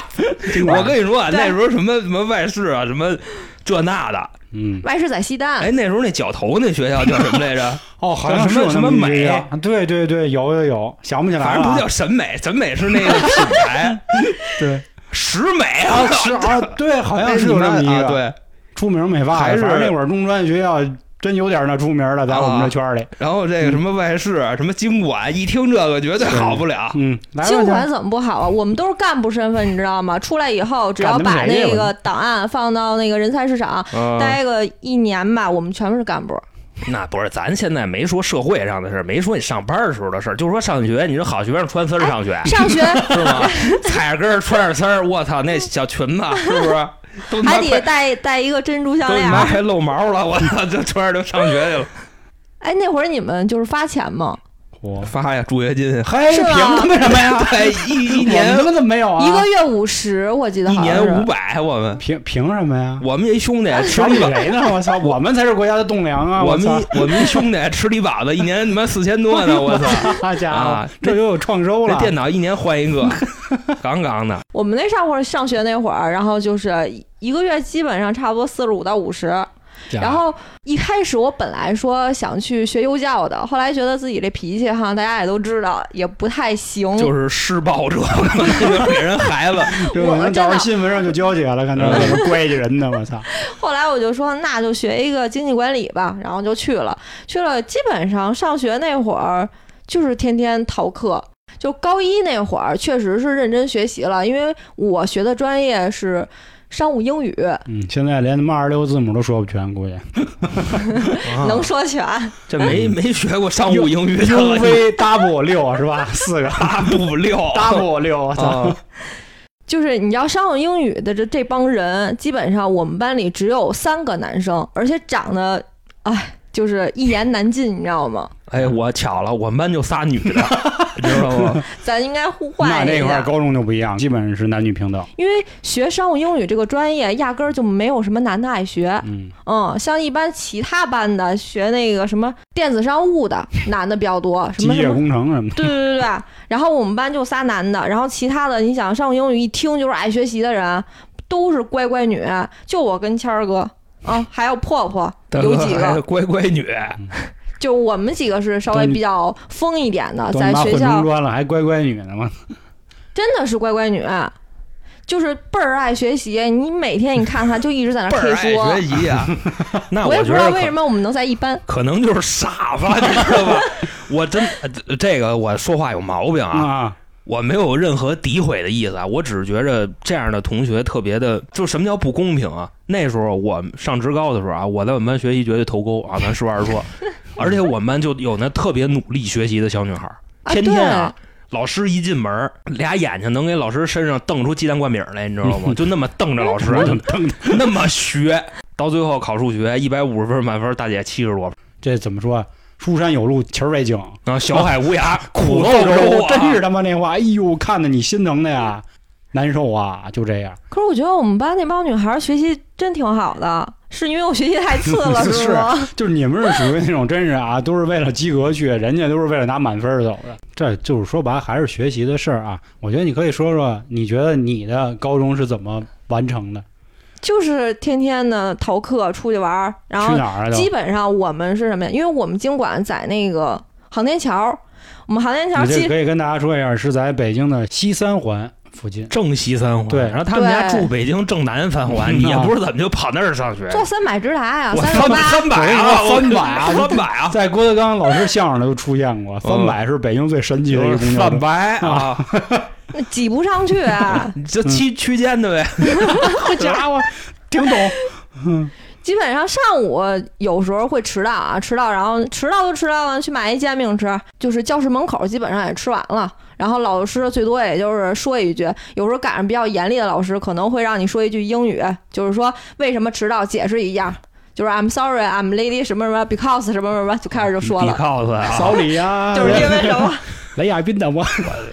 A: 经管
B: 我
A: 的。
B: 跟你说啊，
C: 对啊
B: 那时候什么什么外事啊，什么这那的。
A: 嗯，
C: 外事在西单，
B: 哎，那时候那角头那学校叫什么 来着？
A: 哦，好像是
B: 什么
A: 有
B: 什
A: 那
B: 么
A: 么一
B: 美啊
A: 个学校对对对，有有有，想不起来
B: 反
A: 了
B: 正
A: 啊。
B: 不叫审美，审美是那个品 牌
A: 对啊
B: 十美
A: 哦啊，是啊，对，好像是有这么一
B: 啊
A: 个
B: 对。
A: 出名美发的，
B: 还是
A: 反正那会儿中专学校真有点那出名了，在我
B: 啊
A: 们这圈里。
B: 然后这个什么外事、啊什么经管，一听这个绝对好不了。
A: 嗯，来吧
C: 经
A: 去
C: 管怎么不好啊？我们都是干部身份，你知道吗？出来以后，只
A: 干
C: 要
A: 得
C: 把
A: 美
C: 那
A: 我
C: 个档案放到那个人才市场
B: 嗯
C: 待个一年吧，我们全部是干部。
B: 那不是，咱现在没说社会上的事儿，没说你上班的时候的事儿，就说上学，你说好学生穿丝儿上学、
C: 上学
B: 是吗？踩着跟儿穿着丝儿，我操，那小裙子是不是都他
C: 还
B: 妈
C: 得
B: 快
C: 带带一个珍珠项
B: 都
C: 链
B: 他妈
C: 儿。
B: 快露毛了，我操，就穿着就上学去了，
C: 哎，那会儿你们就是发钱吗？
A: 我
B: 发呀助学金，啊
A: 嘿，
C: 是
A: 凭
C: 吧
A: 什么呀？
B: 哎，一一年
A: 我们他妈怎么没有啊？
C: 一个月五十，我记得
B: 一
C: 好像
B: 年
C: 是
B: 五百，我们
A: 凭凭什么呀？
B: 我们一兄弟吃
A: 瞧你
B: 力吧。
A: 谁呢？我操，我们才是国家的栋梁啊！
B: 我
A: 我
B: 们
A: 操
B: 一我们一兄弟吃力饱子，一年他妈四千多呢！我操，
A: 好家
B: 啊
A: 伙，这又有创收
B: 那
A: 了。
B: 电脑一年换一 个，杠杠的。
C: 我们那上会儿上学那会儿，然后就是一个月基本上差不多四十五到五十。
B: 啊
C: 然后一开始我本来说想去学幼教的，后来觉得自己这脾气哈，大家也都知道，也不太行。
B: 就是施暴者，就是给人孩子。
A: 这
C: 我
A: 可能
C: 真
A: 到时候
C: 的
A: 新闻上就交起来了，看他们
B: 嗯
A: 怎么乖起人呢！我操，
C: 后来我就说，那就学一个经济管理吧，然后就去了。去了，基本上上学那会儿就是天天逃课。就高一那会儿，确实是认真学习了，因为我学的专业是商务英语，
A: 嗯，现在连他妈二十六字母都说不全，估计。 啊
C: 能说全。
B: 啊这没没学过商务嗯英语啊的
A: U V W 六是吧？四个
B: 八不六
A: W 六，我操！
B: 啊，
C: 就是你知道商务英语的这这帮人，基本上我们班里只有三个男生，而且长得，哎，就是一言难尽，你知道吗？
B: 哎，我巧了，我们班就仨女的，你知道吗？
C: 咱应该互
A: 那
C: 换
A: 那
C: 一
A: 块儿
C: 下，
A: 高中就不一样，基本是男女平等。
C: 因为学商务英语这个专业压根儿就没有什么男的爱学，
A: 嗯，
C: 嗯，像一般其他班的学那个什么电子商 务的男的比较多，什
A: 机
C: 么什
A: 械
C: 么。
A: 工程什么的。
C: 对对对对，然后我们班就仨男的，然后其他的，你想上英语一听就是爱学习的人，都是乖乖女，就我跟谦儿哥啊，还有 破破，有几
B: 大哥哎
C: 个，
B: 乖乖女，
C: 就我们几个是稍微比较疯一点的，
A: 都
C: 在
A: 他妈混
C: 学
A: 中
C: 校
A: 专了，还乖乖女呢吗？
C: 真的是乖乖女，就是倍儿爱学习。你每天你看她就一直在那
B: 倍
C: K
B: 儿爱
C: 说，
B: 学习 啊。那
C: 我也不
B: 觉
C: 知道
B: 得
C: 为
B: 可
C: 什么我们能在一班。
B: 可能就是傻子，你知道吧？我真呃这个我说话有毛病啊，
A: 啊，
B: 我没有任何诋毁的意思啊，我只是觉着这样的同学特别的，就什么叫不公平啊？那时候我上职高的时候啊，我在我们班学习绝对头钩啊，咱实话实说，而且我们班就有那特别努力学习的小女孩，
C: 啊
B: 天天啊。老师一进门，俩眼睛能给老师身上瞪出鸡蛋灌饼来，你知 道吗？就那么瞪着老师，啊就
A: 瞪
B: 那么学，到最后考数学一百五十分满分，大姐七十多分，
A: 这怎么说啊？书山有路勤儿为径，
B: 然后小海无涯苦
A: 斗
B: 斗
A: 周
B: 周
A: 啊
B: 啊，
A: 真是他妈那话，哎呦，看得你心疼的呀，难受啊，就这样。
C: 可是我觉得我们班那帮女孩儿学习真挺好的，是因为我学习太次 了，
A: 是啊
C: 吗？
A: 就是你们是属于那种真是啊，都是为了及格去，人家都是为了拿满分儿走的。这就是说白了还是学习的事儿啊。我觉得你可以说说，你觉得你的高中是怎么完成的？
C: 就是天天的逃课出去玩儿，然
A: 去
C: 后
A: 哪儿啊？
C: 基
A: 都？
C: 本上我们是什么呀？因为我们经管在那个航天桥，我们航天桥
A: 你这
C: 基
A: 可以跟大家说一下，是在北京的西三环附近。
B: 正西三环，
A: 对
B: 然后他们家住北京正南三环，
A: 对
B: 你也不知道怎么就跑那儿上学。
C: 坐三百直达呀，
B: 我
C: 三六
B: 三百三
C: 八。
B: 百啊，
A: 我跟你说三百啊
B: 三百啊，
A: 在郭德纲老师相声里都出现过，三百是北京最神奇的一个公交
B: 三
A: 车。
B: 百啊，！
C: 那挤不上去啊
B: 你这区区间的呗，
A: 好家伙，听 懂？
C: 基本上上午有时候会迟到啊，迟到，然后迟到就迟到了，去买一煎饼吃，就是教室门口基本上也吃完了。然后老师最多也就是说一句，有时候赶上比较严厉的老师，可能会让你说一句英语，就是说为什么迟到，解释一样，就是 I'm sorry, I'm lady 什么什么 because 什么什么，就开始就 说了，
B: cos 啊，
A: 扫里呀，
C: 就是因为什么？
A: 雷亚宾的我，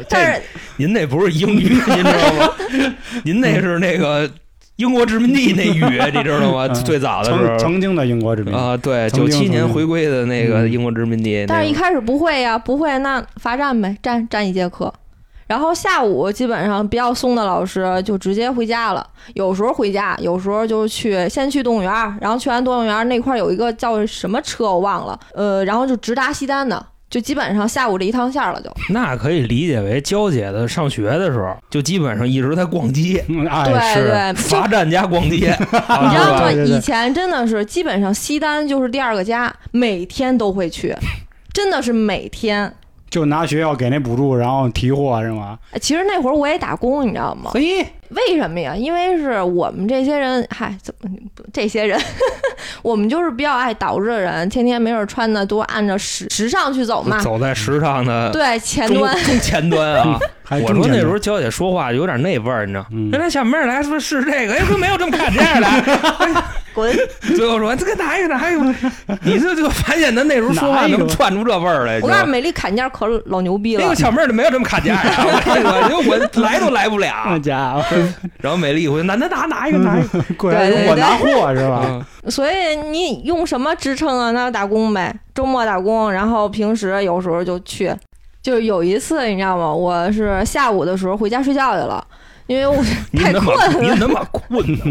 C: 但
B: 这
C: 是
B: 您那不是英语，您知道吗？ 您那是那个英国殖民地 那语，你知道吗？
A: 嗯
B: 最早的时
A: 曾
B: 候
A: 曾经的英国殖民地。
B: 啊，对，
A: 曾
B: 九
A: 经
B: 七年回归的那个
A: 嗯
B: 英国殖民地，
C: 但是一
B: 那个
C: 开始不会呀、不会那罚站呗，站站一节课。然后下午基本上比较松的老师就直接回家了，有时候回家，有时候就去先去动物园儿，然后去完动物园儿那块儿有一个叫什么车我忘了，呃，然后就直达西单的，就基本上下午这一趟线儿了就。
B: 那可以理解为娇姐的上学的时候，就基本上一直在逛街，
A: 嗯哎
C: 对
A: 是，
C: 对， 就
B: 罚站加逛 街，
C: 你知道
B: 啊
C: 吗？
A: 对对对
C: 以前真的是基本上西单就是第二个家，每天都会去，真的是每天。
A: 就拿学校给那补助，然后提货是吗？
C: 哎其实那会儿我也打工，你知道吗？
A: 嘿，
C: 为什么呀？因为是我们这些人，嗨，怎么这些人？ 我们就是比较爱捯饬的人，天天没事儿穿的都按照时时尚去走嘛。
B: 走在时尚的
C: 对，前
B: 中
C: 端哎
B: 中前端啊。
A: 还
B: 我
A: 中
B: 说
A: 间
B: 那时
A: 呢
B: 候娇姐说话有点那味儿，你知道？
A: 嗯
B: 原来小妹儿来说是这个，哎，说没有这么看这样的。
C: 滚，
B: 最后说这个哪有哪有，你这就发现咱那时候说话
A: 哪有
B: 能串出这味儿来，你 知
C: 我告
B: 道
C: 诉
B: 吗？
C: 美丽砍价可老牛逼
B: 那
C: 了
B: 个。小妹儿就没有这么砍价 的，我我我来都来不
A: 那
B: 了。
A: 家伙，
B: 然后美丽我就拿拿拿拿一个拿一个，
A: 果然
C: 对对
A: 是我
C: 对
A: 拿货嗯是 吧？
B: 嗯
C: 所以你用什么支撑啊？那就打工呗，周末打工，然后平时有时候就去。就是有一次，你知道吗？我是下午的时候回家睡觉去了，因为我
B: 你
C: 太
B: 怎么
C: 困
B: 你
C: 了。
B: 怎么困呢？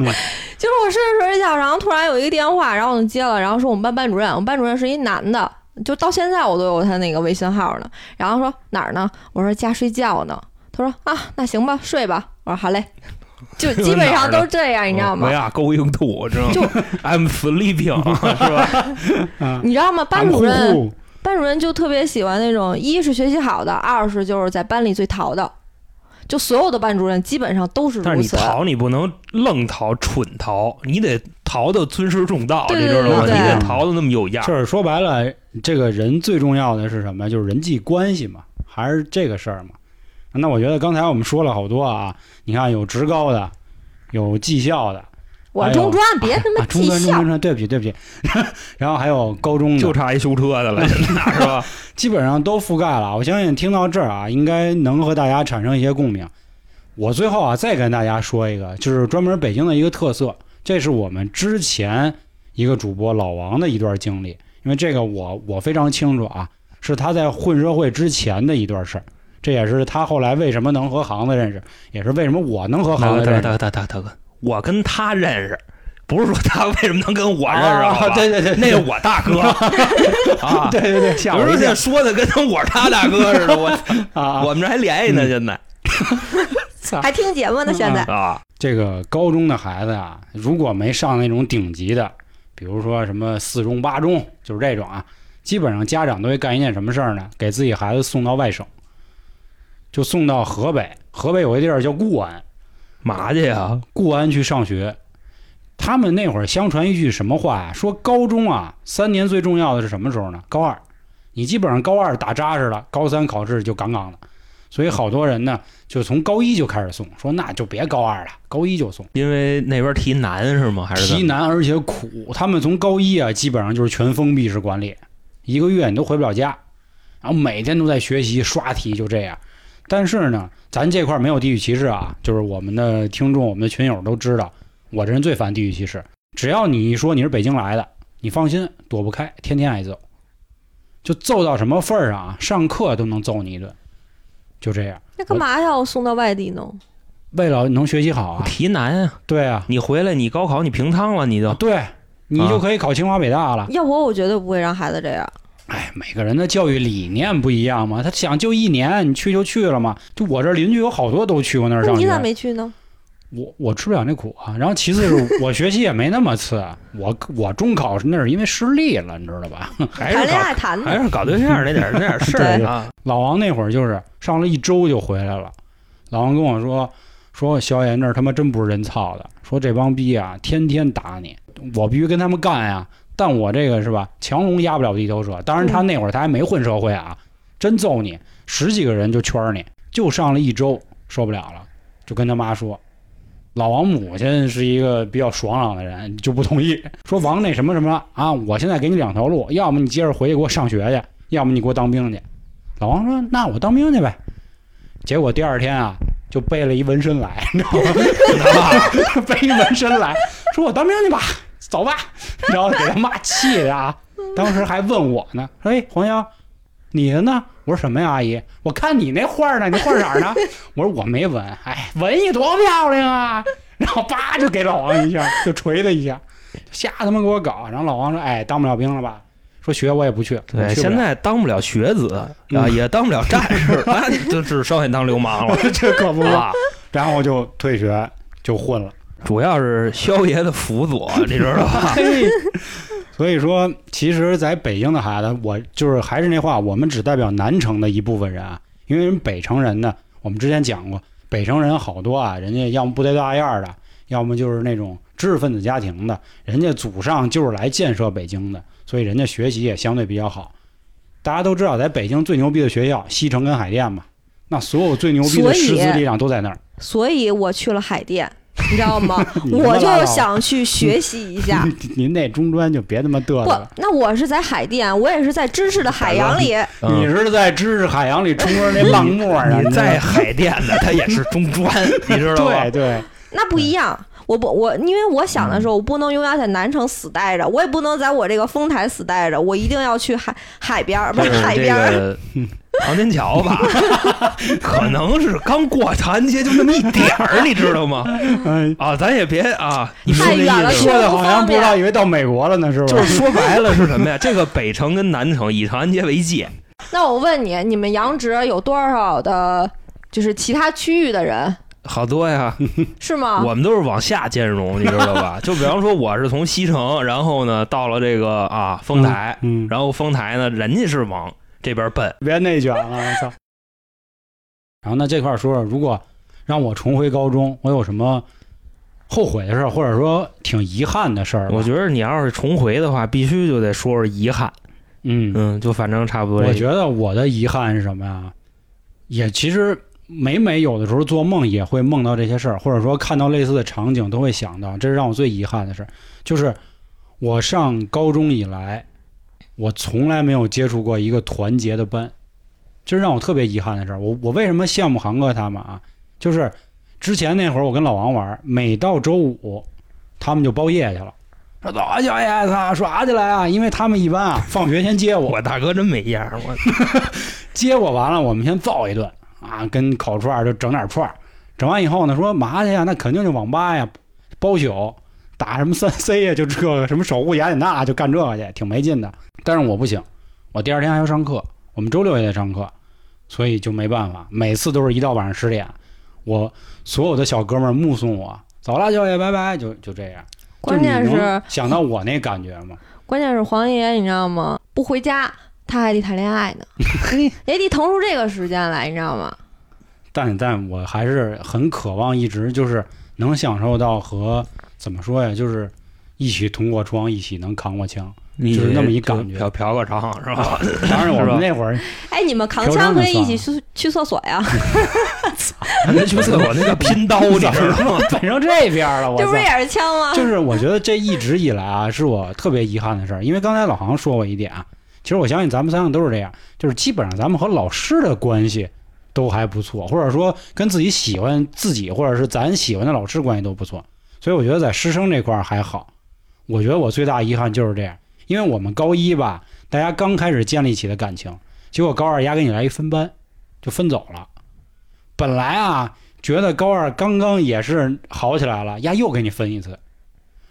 C: 就是我睡着睡着觉，然后突然有一个电话，然后我就接了，然后说我们班班主任，我们班主任是一男的，就到现在我都有他那个微信号呢。然后说哪儿呢？我说家睡觉呢。他说啊，那行吧，睡吧。我说好嘞，就基本上都是这哎样，你知道吗
B: 啊我？呀，going to，知道吗
C: 就
B: ？I'm sleeping，是吧？
A: 啊，
C: 你知道吗？班主任
A: 呼呼
C: 班主任就特别喜欢那种，一是学习好的，二是就是在班里最淘的。就所有的班主任基本上都是
B: 但是
C: 如
B: 你
C: 此。
A: 啊
B: 逃，你不能愣逃、蠢逃，你得逃的尊师重道，啊
C: 对
B: 你知道吗？
A: 对对
B: 你得
A: 对
B: 逃的那么有
C: 啊
B: 样。
A: 就是说白了，这个人最重要的是什么？就是人际关系嘛，还是这个事儿嘛。那我觉得刚才我们说了好多啊，你看有职高的，有技校的，
C: 我中专，别他妈
A: 啊，中
C: 技
A: 专、中
C: 校。
A: 专、中专，对不起，对不起。 然后还有高中的，
B: 就差一修车的了，现嗯 在是 吧？
A: 基本上都覆盖了。我相信听到这儿啊，应该能和大家产生一些共鸣。我最后啊，再跟大家说一个，就是专门北京的一个特色，这是我们之前一个主播老王的一段经历，因为这个我我非常清楚啊，是他在混社会之前的一段事儿，这也是他后来为什么能和行子认识，也是为什么我能和
B: 大
A: 行
B: 哥，
A: 子
B: 大哥，
A: 认识。
B: 大哥，大哥，大哥，我跟他认识，不是说他为什么能跟我认识，好
A: 啊，
B: 吧
A: 对对对，
B: 那是我大 哥啊。
A: 对对对，
B: 有
A: 吓
B: 时
A: 我
B: 候
A: 一
B: 现
A: 跳
B: 在说的跟我他大哥似的，我
A: 啊！
B: 我们这还联系呢，现在
C: 还听 节目呢，现
A: 哎
C: 在、
B: 啊，
A: 这个高中的孩子啊，如果没上那种顶级的，比如说什么四中、八中，就是这种啊，基本上家长都会干一件什么事儿呢？给自己孩子送到外省，就送到河北。河北有个地儿叫固安，
B: 嘛去啊呀？
A: 固安去上学。他们那会儿相传一句什么话呀、说高中啊，三年最重要的是什么时候呢？高二。你基本上高二打扎实了，高三考试就杠杠的。所以好多人呢，就从高一就开始送，说那就别高二了，高一就送。
B: 因为那边提南是吗？还是怎么
A: 题难而且苦。他们从高一啊，基本上就是全封闭式管理，一个月你都回不了家，然后每天都在学习刷题，就这样。但是呢，咱这块儿没有地域歧视啊，就是我们的听众、我们的群友都知道，我这人最烦地域歧视。只要你一说你是北京来的，你放心，躲不开，天天挨揍，就揍到什么份儿上啊？上课都能揍你一顿，就这样。
C: 那干嘛要送到外地呢？
A: 为了能学习好啊，
B: 提南啊？
A: 对啊，
B: 你回来，你高考你平仓了，你就
A: 对你
B: 啊
A: 就可以考清华北大了。
C: 要我，我绝对不会让孩子这样。
A: 哎，每个人的教育理念不一样嘛，他想就一年，你去就去了嘛。就我这邻居有好多都去过那儿
C: 那
A: 上
C: 你
A: 学
C: 咋，没去呢？
A: 我我吃不了那苦啊。然后其次是我学习也没那么次，啊我我中考是那是因为失利了，你知道吧？
B: 还
C: 谈
B: 是
C: 恋
B: 搞
C: 爱谈
B: 还
A: 哎
C: 的，
B: 是搞对象那点那点事儿啊。
A: 老王那会儿就是上了一周就回来了，老王跟我说说萧炎这儿他妈真不是人操的，说这帮逼啊天天打你，我必须跟他们干呀。但我这个是吧，强龙压不了地头蛇。当然他那会儿他还没混社会啊，真揍你十几个人就圈儿你，就上了一周受不了了，就跟他妈说。老王母亲是一个比较爽朗的人，就不同意，说王那什么什么啊，我现在给你两条路，要么你接着回去给我上学去，要么你给我当兵去。老王说：“那我当兵去呗。”结果第二天啊，就背了一纹身来，你知道吗？ 背一纹身来，说我当兵去吧，走吧。然后给他妈气的啊，当时还问我呢，说：“哎，黄潇，你的呢？”我说：“什么呀，阿姨？我看你那画呢，你画哪儿呢？” 我说：“我没纹。”哎，纹一多漂亮啊！然后叭就给老王一下，就捶他一下，瞎他妈给我搞。然后老王说：“哎，当不了兵了吧？”说学我也不去，我
B: 对，
A: 去不
B: 现
A: 了
B: 在当不了学子啊，
A: 嗯
B: 也当不了战士，那你就只剩下当流 氓了
A: 哦这可不嘛。
B: 啊！
A: 然后就退学就混了。
B: 主要是萧爷的辅佐，你知 道
A: 啊
B: 吧？
A: 所以说，其实在北京的孩子，我就是还是那话，我们只代表南城的一部分人啊，因为人北城人呢，我们之前讲过，北城人好多啊，人家要么部队大院儿的，要么就是那种知识分子家庭的，人家祖上就是来建设北京的，所以人家学习也相对比较好。大家都知道，在北京最牛逼的学校，西城跟海淀嘛，那所有最牛逼的
C: 所以
A: 师资力量都在那儿。
C: 所以我去了海淀，你知道吗？
A: 你他妈
C: 我
A: 拉倒
C: 就想去学习一 下。
A: 您那中专就别他妈嘚瑟
C: 不
A: 了。，
C: 那我是在海淀，我也是在知识的海洋里。
A: 你是在知识海洋里冲着那浪沫儿啊！
B: 嗯你
A: 知道吗
B: 在海淀的，他也是中专，你知道吧
A: 对？对，
C: 那不一
A: 嗯
C: 样。我不，我因为我想的时候，我不能永远在南城死待着，我也不能在我这个丰台死待着，我一定要去海海边儿，不
A: 哎
B: 就是是
C: 海
B: 这
C: 边儿。
B: 个唐天桥吧，可能是刚过长安街就那么一点儿，你知道吗？
A: 哎，
B: 啊，咱也别啊，你说
C: 太
B: 那
C: 远了
B: 意思
A: 说
C: 去。
A: 的好像不知道，以为到美国了呢，是吧？
B: 就是说白了是什么呀？这个北城跟南城以长安街为界，
C: 那我问你，你们杨直有多少的，就是其他区域的人
B: 好多呀。
C: 是吗？
B: 我们都是往下兼容，你知道吧？就比方说，我是从西城，然后呢到了这个啊丰台，
A: 嗯，
B: 然后丰台呢，人家是往这边奔。
A: 别内卷了，我操！然后那这块儿说说，如果让我重回高中，我有什么后悔的事儿，或者说挺遗憾的事儿吧？
B: 我觉得你要是重回的话，必须就得说说遗憾。
A: 嗯，
B: 嗯，就反正差不多。
A: 我觉得我的遗憾是什么呀？也其实每每有的时候做梦也会梦到这些事儿，或者说看到类似的场景都会想到，这是让我最遗憾的事儿。就是我上高中以来，我从来没有接触过一个团结的班，这是让我特别遗憾的事儿。我我为什么羡慕航哥他们啊？就是之前那会儿我跟老王玩儿，每到周五他们就包夜去了。说走啊，小爷子，耍起来啊！因为他们一般啊，放学先接我，
B: 我大哥真没样儿，我
A: 接我完了，我们先造一顿啊，跟烤串儿就整点串儿，整完以后呢，说嘛去呀？那肯定就网吧呀，包宿，打什么三 C 呀，就这个什么守护雅典娜就干这个去，挺没劲的。但是我不行，我第二天还要上课，我们周六也得上课，所以就没办法。每次都是一到晚上十点，我所有的小哥们儿目送我，走了，舅爷，拜拜，就就这样。
C: 关键
A: 就是你能想到我那感觉吗？
C: 关键是黄爷，你知道吗？不回家，他还得谈恋 爱呢，也得腾出这个时间来，你知道吗？
A: 但但我还是很渴望一直就是能享受到和怎么说呀，就是一起捅过窗，一起能扛过枪。
B: 你
A: 就是那么一感觉
B: 嫖嫖个娼是吧？
A: 当然，我
B: 是吧
A: 们那会儿
C: 哎，你们扛
A: 嫖娼
C: 枪
A: 就
C: 可以
A: 算啊
C: 一起去去厕所呀，
B: 那去厕所那 叫拼刀，你 知道吗？
A: 反正这边了，我
C: 这不
A: 操
C: 是！也是枪吗？
A: 就是我觉得这一直以来啊，是我特别遗憾的事儿。因为刚才老航说过一点啊，其实我相信咱们三个都是这样，就是基本上咱们和老师的关系都还不错，或者说跟自己喜欢自己或者是咱喜欢的老师关系都不错。所以我觉得在师生这块儿还好。我觉得我最大遗憾就是这样，因为我们高一吧，大家刚开始建立起的感情，结果高二压给你来一分班，就分走了。本来啊，觉得高二刚刚也是好起来了，呀又给你分一次，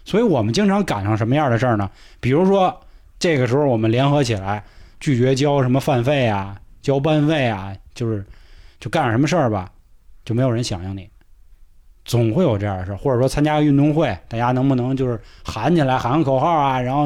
A: 所以我们经常赶上什么样的事儿呢？比如说，这个时候我们联合起来拒绝交什么饭费啊、交班费啊，就是就干点什么事儿吧，就没有人响应你。总会有这样的事儿，或者说参加个运动会，大家能不能就是喊起来喊个口号啊，然后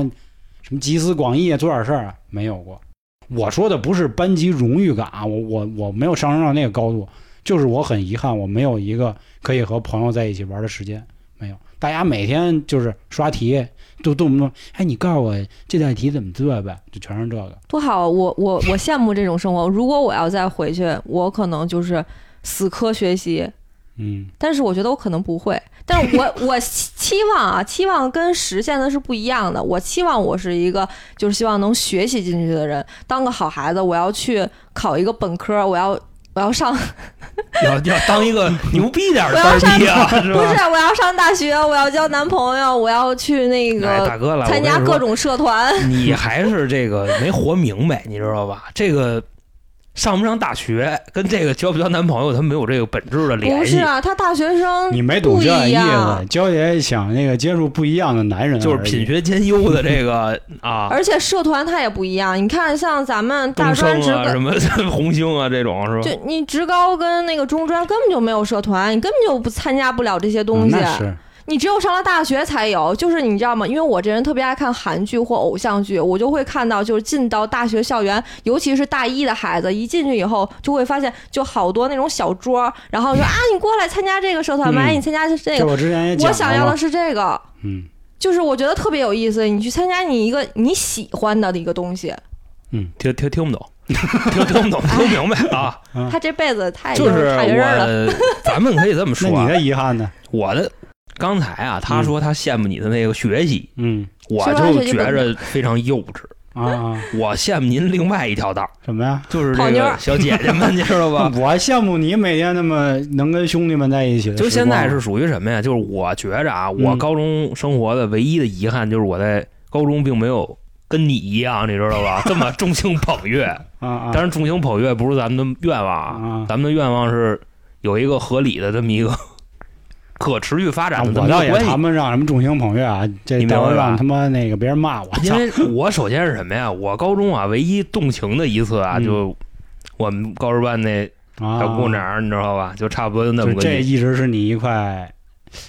A: 什么集思广益啊，做点事儿啊？没有过。我说的不是班级荣誉感啊，我我我没有上升到那个高度，就是我很遗憾，我没有一个可以和朋友在一起玩的时间。没有，大家每天就是刷题，都动不动，哎，你告诉我这道题怎么做呗，就全是这个。
C: 多好！啊我我我羡慕这种生活。如果我要再回去，我可能就是死磕学习，
A: 嗯，
C: 但是我觉得我可能不会。但 是我我期期望啊，期望跟实现的是不一样的。我期望我是一个就是希望能学习进去的人，当个好孩子。我要去考一个本科，我要我要上
B: 要要当一个牛逼点儿的
C: 我要
B: 班
C: 上
B: 逼啊，是
C: 不是
B: 吧？
C: 我要上大学，我要交男朋友，我要去那
B: 哎，
C: 个
B: 大哥了，我
C: 参加
B: 跟你
C: 各
B: 说
C: 种社团。
B: 你还是这个没活明白，你知道吧？这个上不上大学跟这个交不交男朋友，他没有这个本质的
C: 不
B: 联
C: 是
B: 系，
C: 啊，他大学生
A: 你啊没懂
C: 不
A: 这
C: 一
A: 意
C: 样
A: 思，娇姐想那个接触不一样的男人而已，
B: 就是品学兼优的这个啊，
C: 而且社团它也不一样，你看像咱们大
B: 东
C: 专
B: 升
C: 职
B: 啊
C: 高，
B: 什么 红星啊这种是吧？
C: 就你职高跟那个中专根本就没有社团，你根本就不参加不了这些东
A: 嗯
C: 西。啊
A: 那是
C: 你只有上了大学才有，就是你知道吗？因为我这人特别爱看韩剧或偶像剧，我就会看到，就是进到大学校园，尤其是大一的孩子，一进去以后就会发现，就好多那种小桌，然后说啊，你过来参加这个社团吧，
A: 嗯
C: 哎你参加这
A: 这
C: 个，
A: 我之前也讲
C: 我想要
A: 了
C: 的
A: 嘛，
C: 是这个，
A: 嗯，
C: 就是我觉得特别有意思。你去参加你一个你喜欢的一个东西，
B: 听听听不懂，听听 不懂，听不明白啊！
C: 他这辈子太
B: 就是
C: 差别人了。
B: 我，咱们可以这么
A: 那
B: 说
A: 你
B: 啊，
A: 的遗憾呢？
B: 我的刚才啊，他说他羡慕你的那个学习，
A: 嗯
B: 我
C: 是吧
B: 就
C: 学习
B: 觉
C: 本
B: 着非常幼稚。
A: 啊，啊
B: 我羡慕您另外一条道儿，
A: 什么呀？
B: 就是这
C: 泡妞
B: 个
C: 儿
B: 小姐姐们，你知道吧？
A: 我羡慕你每天那么能跟兄弟们在一起的时
B: 就
A: 光。
B: 现在是属于什么呀？就是我觉着啊，
A: 嗯
B: 我高中生活的唯一的遗憾就是我在高中并没有跟你一样，你知道 吧？这么众星捧月，
A: 啊啊，
B: 当然众星捧月不是咱们的愿望啊
A: 啊，
B: 咱们的愿望是有一个合理的这么一个 可持续发展的这
A: 啊我
B: 么
A: 倒
B: 一
A: 也
B: 个关系
A: 谈。不上什么众星捧月啊，这
B: 你明白
A: 到时候
B: 吧
A: 让他妈那个别人骂我。
B: 因
A: 操啊
B: 为我首先是什么呀？我高中啊，唯一动情的一次啊，
A: 嗯
B: 就我们高职办那
A: 啊，
B: 小姑娘儿，你知道吧？就差不多那
A: 就
B: 么
A: 是
B: 个
A: 这
B: 意思。
A: 一直是你一块，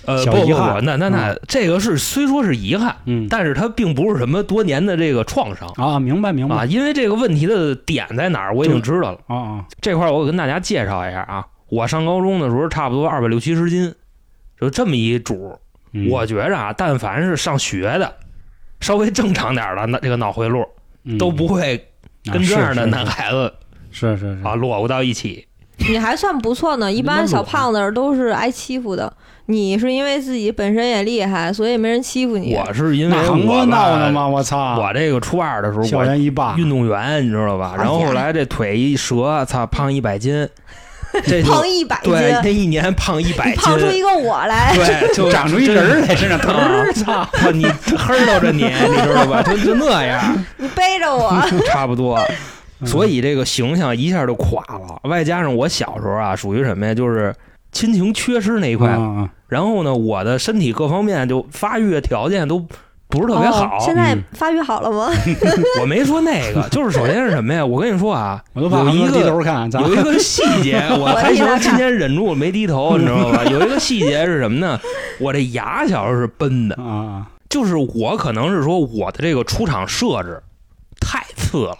B: 呃，
A: 小
B: 不不
A: 遗
B: 不，
A: 憾
B: 那那那，这个是虽说是遗憾，
A: 嗯
B: 但是它并不是什么多年的这个创伤
A: 啊，明白明白
B: 啊，因为这个问题的点在哪儿，我已经知道了。
A: 啊啊，
B: 这块儿我给跟大家介绍一下啊，我上高中的时候差不多二百六七十斤，就这么一主儿。
A: 嗯
B: 我觉着啊，但凡是上学的，稍微正常点儿的那这个脑回路
A: 嗯
B: 都不会
A: 啊
B: 跟这样的
A: 是是嗯
B: 男孩子
A: 是是是
B: 啊落伍到一起。
C: 你还算不错呢，一般小胖子都是挨欺负的。你是因为自己本身也厉害，所以没人欺负你。
B: 我是因为
A: 哎那横
B: 我
A: 哥闹呢
B: 吧，
A: 吗？我啊操！
B: 我这个初二的时候，
A: 校
B: 我
A: 园一霸，
B: 运动员，你知道吧？
C: 哎呀
B: 然后后来这腿一折，操，胖一 百斤，这就
C: 胖一百斤，
B: 对，那一年胖一百
C: 你
B: 斤，
C: 胖出一个我来。
B: 对， 就
A: 长出一人儿来身上，
B: 真啊！
A: 嗯
B: 操，你黑到着你， 你知道吧？就就那样，
C: 你背着我，
B: 差不多。
A: 嗯
B: 所以这个形象一下就垮了，外加上我小时候啊，属于什么呀？就是亲情缺失那一块。
A: 啊
B: 然后呢，我的身体各方面就发育的条件都不是特别好
C: 哦。现在
A: 嗯
C: 发育好了吗？
B: 我没说那个，就是首先是什么呀？我跟你说啊，
A: 我都怕
B: 有
A: 横
B: 一
A: 哥低
B: 个
A: 头看，咱
B: 有一个细节，我还行，今天忍住没低头，你知道吧？有一个细节是什么呢？我这牙小时候是崩的，
A: 啊啊
B: 就是我可能是说我的这个出场设置太次了，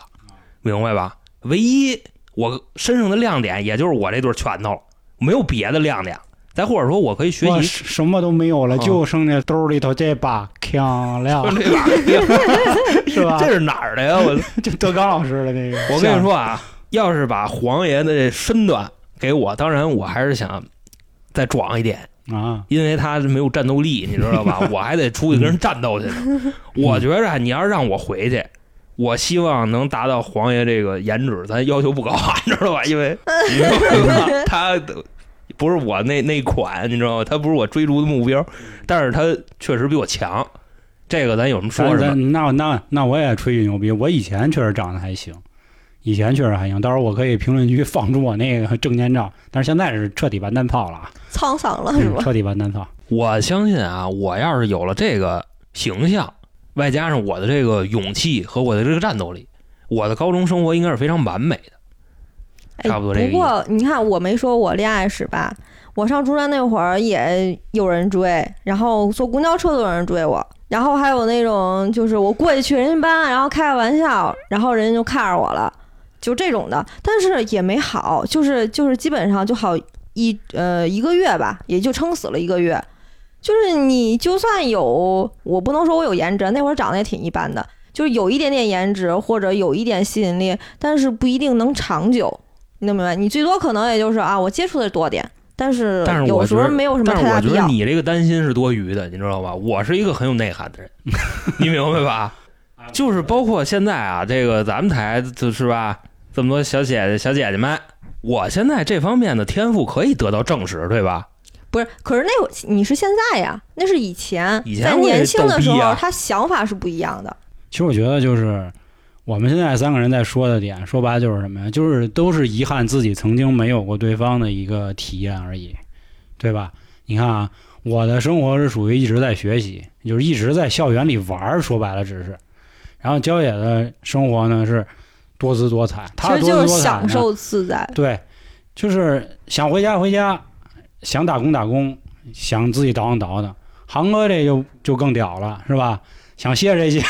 B: 明白吧？唯一我身上的亮点，也就是我这对拳头了，没有别的亮点。再或者说，我可以学
A: 哇
B: 习。
A: 什么都没有了，
B: 啊
A: 就剩下兜里头这把枪了，
B: 就 这把，
A: 是吧？
B: 这是哪儿的 呀？我
A: 这德刚老师的那个，
B: 我跟你，说啊，要是把黄爷的这身段给我，当然我还是想再壮一点，
A: 啊，
B: 因为他没有战斗 力，你知道吧？我还得出去跟人战斗去呢。我觉着啊你要是让我回去，我希望能达到黄爷这个颜值，咱要求不高啊，你知道吧？因为你知道吧他不是我那那款，你知道吗？他不是我追逐的目标，但是他确实比我强。这个咱有什么说
A: 咱
B: 什
A: 咱
B: 么。
A: 那那那我也吹牛逼，我以前确实长得还行，以前确实还行，到时候我可以评论区放出我那个证件照，但是现在是彻底完蛋炮了啊，
C: 沧桑了
B: 嗯
C: 是吧？
A: 彻底完蛋炮，
B: 我相信啊，我要是有了这个形象，外加上我的这个勇气和我的这个战斗力，我的高中生活应该是非常完美的。
C: 哎
B: 差不多这个意思
C: 不过你看，我没说我恋爱史吧？我上中专那会儿也有人追，然后坐公交车都有人追我，然后还有那种就是我过去去人家班，然后开个玩笑，然后人家就看上我了，就这种的。但是也没好，就是就是基本上就好一呃一个月吧，也就撑死了一个月。就是你就算有，我不能说我有颜值，那会儿长得也挺一般的，就是有一点点颜值或者有一点吸引力，但是不一定能长久。你能明白？你最多可能也就是啊，我接触的多点，但是
B: 但是我
C: 有时
B: 觉
C: 候
B: 得
C: 没有什么
B: 但是
C: 太
B: 我
C: 大
B: 觉
C: 必
B: 得
C: 要。
B: 你这个担心是多余的，你知道吧？我是一个很有内涵的人， 你明白吧？就是包括现在啊，这个咱们台就是吧，这么多小姐姐小姐姐们，我现在这方面的天赋可以得到证实，对吧？
C: 不是，可是那会你是现在呀，那是以前，
B: 以前
C: 在
B: 我也
C: 年轻的时
B: 逗
C: 候
B: 逼啊，
C: 他想法是不一样的。
A: 其实我觉得就是，我们现在三个人在说的点，说白了就是什么呀？就是都是遗憾自己曾经没有过对方的一个体验而已，对吧？你看啊，我的生活是属于一直在学习，就是一直在校园里玩儿，说白了只是。然后娇野的生活呢是多姿多彩，
C: 其
A: 她的
C: 实
A: 多姿
C: 就是
A: 多彩
C: 享
A: 呢
C: 受自在。
A: 对，就是想回家回家，想打工打工，想自己倒腾倒腾。航哥这就就更屌了，是吧？想歇 这些，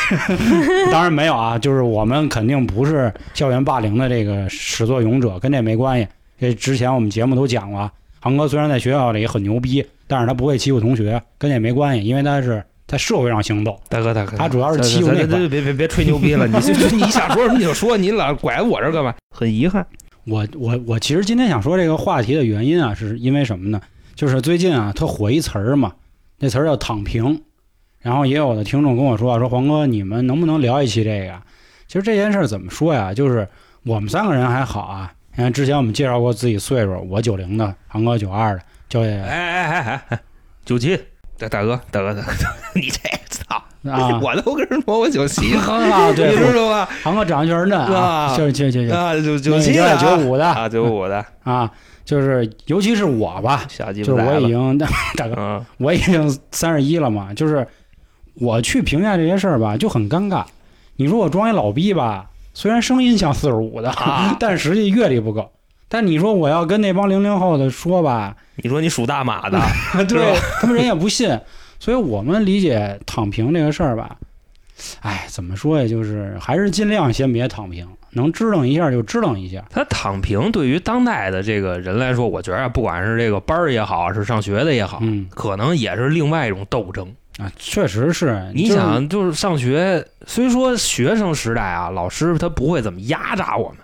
A: 当然没有啊，就是我们肯定不是校园霸凌的这个始作俑者，跟这没关系。这之前我们节目都讲过啊，航哥虽然在学校里很牛逼，但是他不会欺负同学，跟这没关系，因为他是在社会上行动。
B: 大哥大哥，
A: 他主要是欺负那
B: 咱咱咱别别别吹牛逼了，你 就哎就你想说什么你就说，你老拐我这儿干嘛？很遗憾，
A: 我我我其实今天想说这个话题的原因啊，是因为什么呢？就是最近啊，特火一词儿嘛，那词儿叫“躺平”。然后也有的听众跟我说啊，说黄哥，你们能不能聊一期这个啊？其实这件事儿怎么说呀？就是我们三个人还好啊，你看之前我们介绍过自己岁数，我九零的，航哥九二的，焦
B: 哎
A: 爷
B: 哎哎哎哎，九七，大大哥大哥大哥，你这操，
A: 啊，，
B: 我都跟人说我九七
A: 啊，对
B: 你，知道吧？
A: 航哥长得确实嫩啊，
B: 啊
A: 就是就就就
B: 啊，九
A: 那
B: 九
A: 个
B: 七
A: 九
B: 的
A: 二
B: 啊
A: 九五的
B: 啊，九五的
A: 啊，就是尤其是我吧，
B: 小鸡
A: 就
B: 巴
A: 是我
B: 崽
A: 已
B: 子，
A: 经大哥。
B: 嗯，
A: 我已经三十一了嘛，就是我去评价这些事儿吧，就很尴尬。你说我装一老逼吧，虽然声音像四十五的，
B: 啊
A: 但实际阅历不够。但你说我要跟那帮零零后的说吧，
B: 你说你属大马的，
A: 对他们人也不信，所以我们理解躺平这个事儿吧，哎，怎么说呀？就是还是尽量先别躺平，能支棱一下就支棱一下。
B: 他躺平对于当代的这个人来说，我觉得啊不管是这个班儿也好，是上学的也好，
A: 嗯
B: 可能也是另外一种斗争。
A: 啊，确实是。
B: 你
A: 嗯就是
B: 想，就是上学，虽说学生时代啊，老师他不会怎么压榨我们，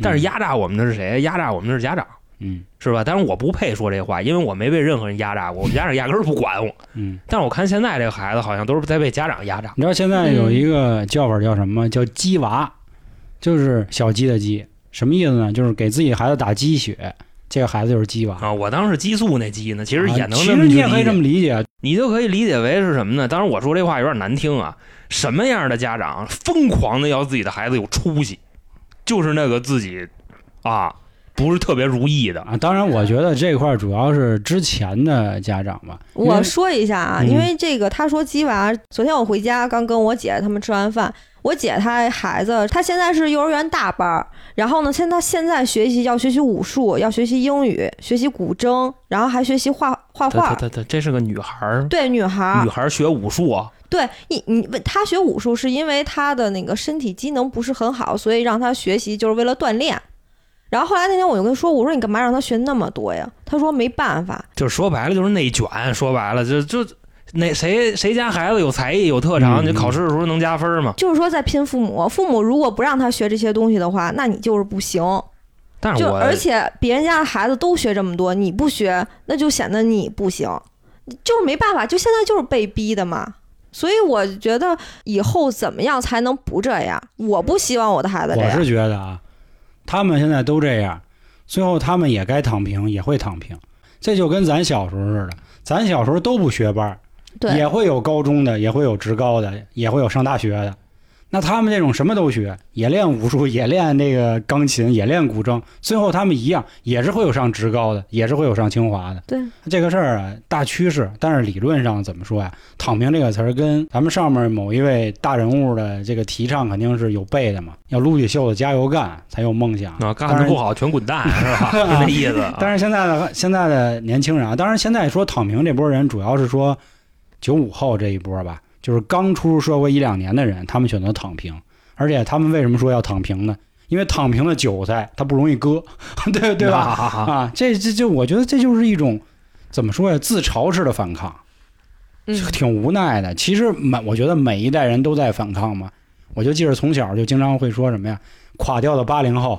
B: 但是压榨我们的是谁？压榨我们的是家长，
A: 嗯
B: 是吧？当然我不配说这话，因为我没被任何人压榨过，我们家长压根儿不管我。
A: 嗯，
B: 但是我看现在这个孩子好像都是在被家长压榨。
A: 你知道现在有一个叫法叫什么？叫“鸡娃”，就是小鸡的鸡，什么意思呢？就是给自己孩子打鸡血，这个孩子就是鸡娃。
B: 啊，我当时激素那鸡呢，其实也
A: 啊
B: 能
A: 其
B: 那
A: 实
B: 么
A: 你
B: 去
A: 也可以
B: 理
A: 这
B: 解
A: 么理解，啊
B: 你就可以理解为是什么呢？当然我说这话有点难听啊，什么样的家长疯狂的要自己的孩子有出息，就是那个自己啊不是特别如意的，
A: 啊。当然，我觉得这块儿主要是之前的家长吧。因为
C: 我说一下啊，
A: 嗯
C: 因为这个他说鸡娃，昨天我回家刚跟我姐他们吃完饭，我姐她孩子她现在是幼儿园大班儿，然后呢，现在现在学习要学习武术，要学习英语，学习古筝，然后还学习画画
B: 他
C: 画。
B: 他他这是个女孩儿，
C: 对，女孩儿
B: 女，孩儿学武术啊，
C: 对你你问她学武术是因为她的那个身体机能不是很好，所以让她学习就是为了锻炼。然后后来那天我就跟她说，我说你干嘛让她学那么多呀？她说没办法，
B: 就是说白了就是内卷，说白了就就那谁谁家孩子有才艺有特长，
A: 嗯
B: 你考试的时候能加分嘛？
C: 就是说在拼父母，父母如果不让他学这些东西的话，那你就是不行。
B: 但是
C: 就
B: 我
C: 而且别人家的孩子都学这么多，你不学，那就显得你不行，就是没办法，就现在就是被逼的嘛。所以我觉得以后怎么样才能不这样？我不希望我的孩子这
A: 我
C: 样。
A: 是觉得啊，他们现在都这样，最后他们也该躺平，也会躺平。这就跟咱小时候似的，咱小时候都不学班儿，
C: 对
A: 也会有高中的，也会有职高的，也会有上大学的。那他们这种什么都学，也练武术，也练那个钢琴，也练古筝，最后他们一样也是会有上职高的，也是会有上清华的。
C: 对，
A: 这个事儿啊，大趋势，但是理论上怎么说呀？躺平这个词儿跟咱们上面某一位大人物的这个提倡肯定是有背的嘛，要撸起袖子加油干才有梦想
B: 啊干
A: 当
B: 的
A: 然
B: 不好全滚 蛋是吧？就那意思啊。
A: 但是现在的现在的年轻人啊，当然现在说躺平这波人，主要是说九五后这一波吧，就是刚出入社会一两年的人，他们选择躺平。而且他们为什么说要躺平呢？因为躺平的韭菜它不容易割， 对对吧？
B: 吧？
A: 啊，这这这，我觉得这就是一种怎么说呀？自嘲式的反抗。
C: 嗯，
A: 挺无奈的。其实每我觉得每一代人都在反抗嘛。我就记着从小就经常会说什么呀，垮掉的八零后，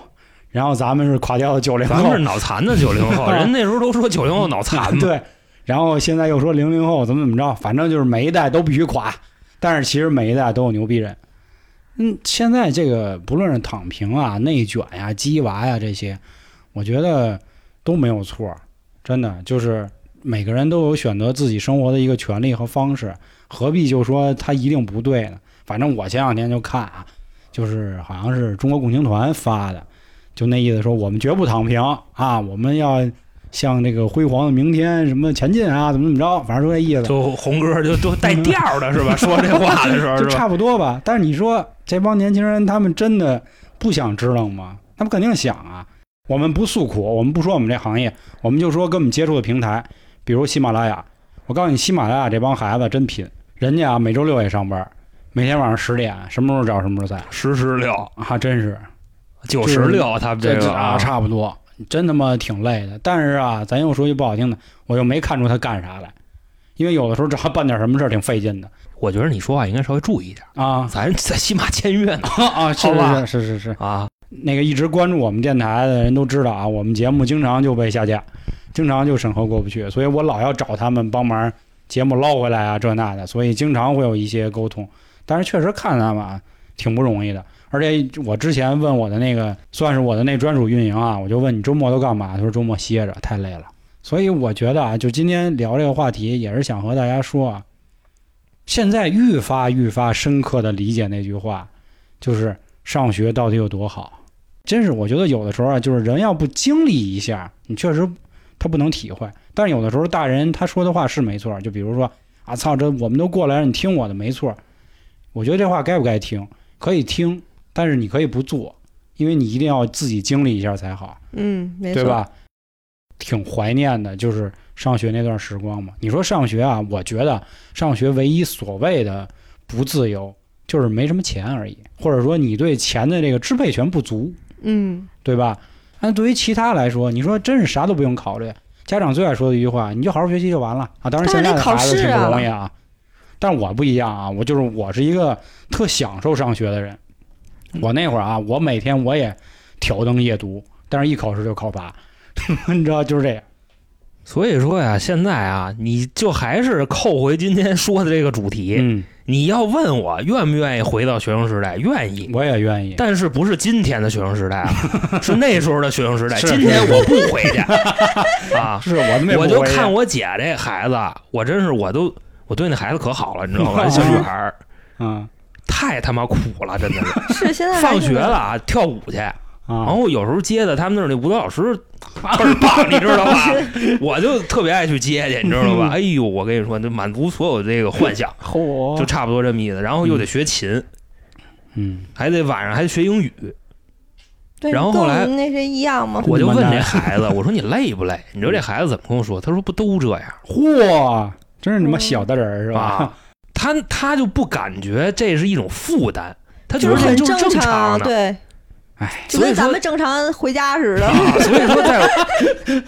A: 然后咱们是垮掉的九零
B: 咱
A: 后
B: 们是，脑残的九零 后，人那时候都说九零后脑残嘛。
A: 对，然后现在又说零零后怎么怎么着，反正就是每一代都必须垮。但是其实每一代都有牛逼人。嗯，现在这个不论是躺平啊、内卷呀、鸡娃呀、这些，我觉得都没有错，真的就是每个人都有选择自己生活的一个权利和方式，何必就说他一定不对呢？反正我前两天就看啊，就是好像是中国共青团发的，就那意思说我们绝不躺平啊，我们要向这个辉煌的明天什么前进啊，怎么怎么着，反正说这意思。
B: 就红歌就都带调儿的 是吧？说这话的时候
A: 就是
B: 吧？
A: 差不多吧。但是你说这帮年轻人，他们真的不想支棱吗？他们肯定想啊。我们不诉苦，我们不说我们这行业，我们就说跟我们接触的平台，比如喜马拉雅。我告诉你，喜马拉雅这帮孩子真拼，人家啊每周六也上班，每天晚上十点，什么时候找什么时候在，
B: 十十六
A: 还、真是
B: 九十六，他们
A: 这
B: 个
A: 啊差不多，真他妈挺累的。但是啊，咱又说句不好听的，我又没看出他干啥来，因为有的时候只要办点什么事儿挺费劲的
B: 我觉得你说话应该稍微注意一点，
A: 啊
B: 咱在西马签约呢
A: 啊，是
B: 好吧
A: 是是是是。
B: 啊，
A: 那个一直关注我们电台的人都知道啊，我们节目经常就被下架，经常就审核过不去，所以我老要找他们帮忙节目捞回来啊，这那的，所以经常会有一些沟通。但是确实看他们啊，挺不容易的。而且我之前问我的那个，算是我的那专属运营啊，我就问你周末都干嘛？他说周末歇着，太累了。所以我觉得啊，就今天聊这个话题，也是想和大家说啊，现在愈发愈发深刻的理解那句话，就是上学到底有多好。真是，我觉得有的时候啊，就是人要不经历一下，你确实他不能体会。但是有的时候大人他说的话是没错，就比如说啊，操，这我们都过来了，你听我的没错。我觉得这话该不该听，可以听，但是你可以不做，因为你一定要自己经历一下才好，
C: 嗯，没错，
A: 对？吧？挺怀念的，就是上学那段时光嘛。你说上学啊，我觉得上学唯一所谓的不自由，就是没什么钱而已，或者说你对钱的这个支配权不足。
C: 嗯，
A: 对吧？那对于其他来说，你说真是啥都不用考虑。家长最爱说的一句话，你就好好学习就完了啊！当然，现在的孩子挺不容易啊，但我不一样啊，我就是我是一个特享受上学的人。我那会儿啊，我每天我也挑灯夜读，但是一考试就考八， 你知道就是这样。
B: 所以说呀，现在啊，你就还是扣回今天说的这个主题，
A: 嗯，
B: 你要问我愿不愿意回到学生时代，愿意。
A: 我也愿意。
B: 但是不是今天的学生时代 啊，是那时候的学生时代。
A: 是
B: 今天我不回去 啊，
A: 是我那
B: 我就看
A: 我
B: 我姐这孩子，我真是我都我对那孩子可好了，你知 道吗？
A: 啊
B: 小女孩儿
A: 嗯
B: 太他妈苦了，真的是。
C: 是现在还
B: 放
C: 是
B: 学了啊，跳舞去，然
A: 啊
B: 后有时候接的他们那儿那舞蹈老师倍儿棒，你知道 吧？我就特别爱去接去，你知道吧？哎呦，我跟你说，就满足所有这个幻想，
A: 嚯
B: 就差不多这么意思。然后又得学琴，
A: 嗯
B: 还得晚上还得学英语。
C: 对，
B: 然后后来
C: 跟我们那谁一样吗？
B: 我就问
A: 那么
B: 这
A: 难
B: 孩子，我说你累不累？你知道这孩子怎么跟我说？他说不都这样
A: 嚯，真是他妈小的人儿是吧？
B: 啊？他他就不感觉这是一种负担，他觉
C: 就
B: 得
C: 是
B: 这
C: 很
B: 就是正
C: 常，
B: 的。
C: 对，
A: 哎，
C: 就
B: 所以
C: 跟咱
B: 说
C: 们正常回家似的。
B: 啊， 所以说在，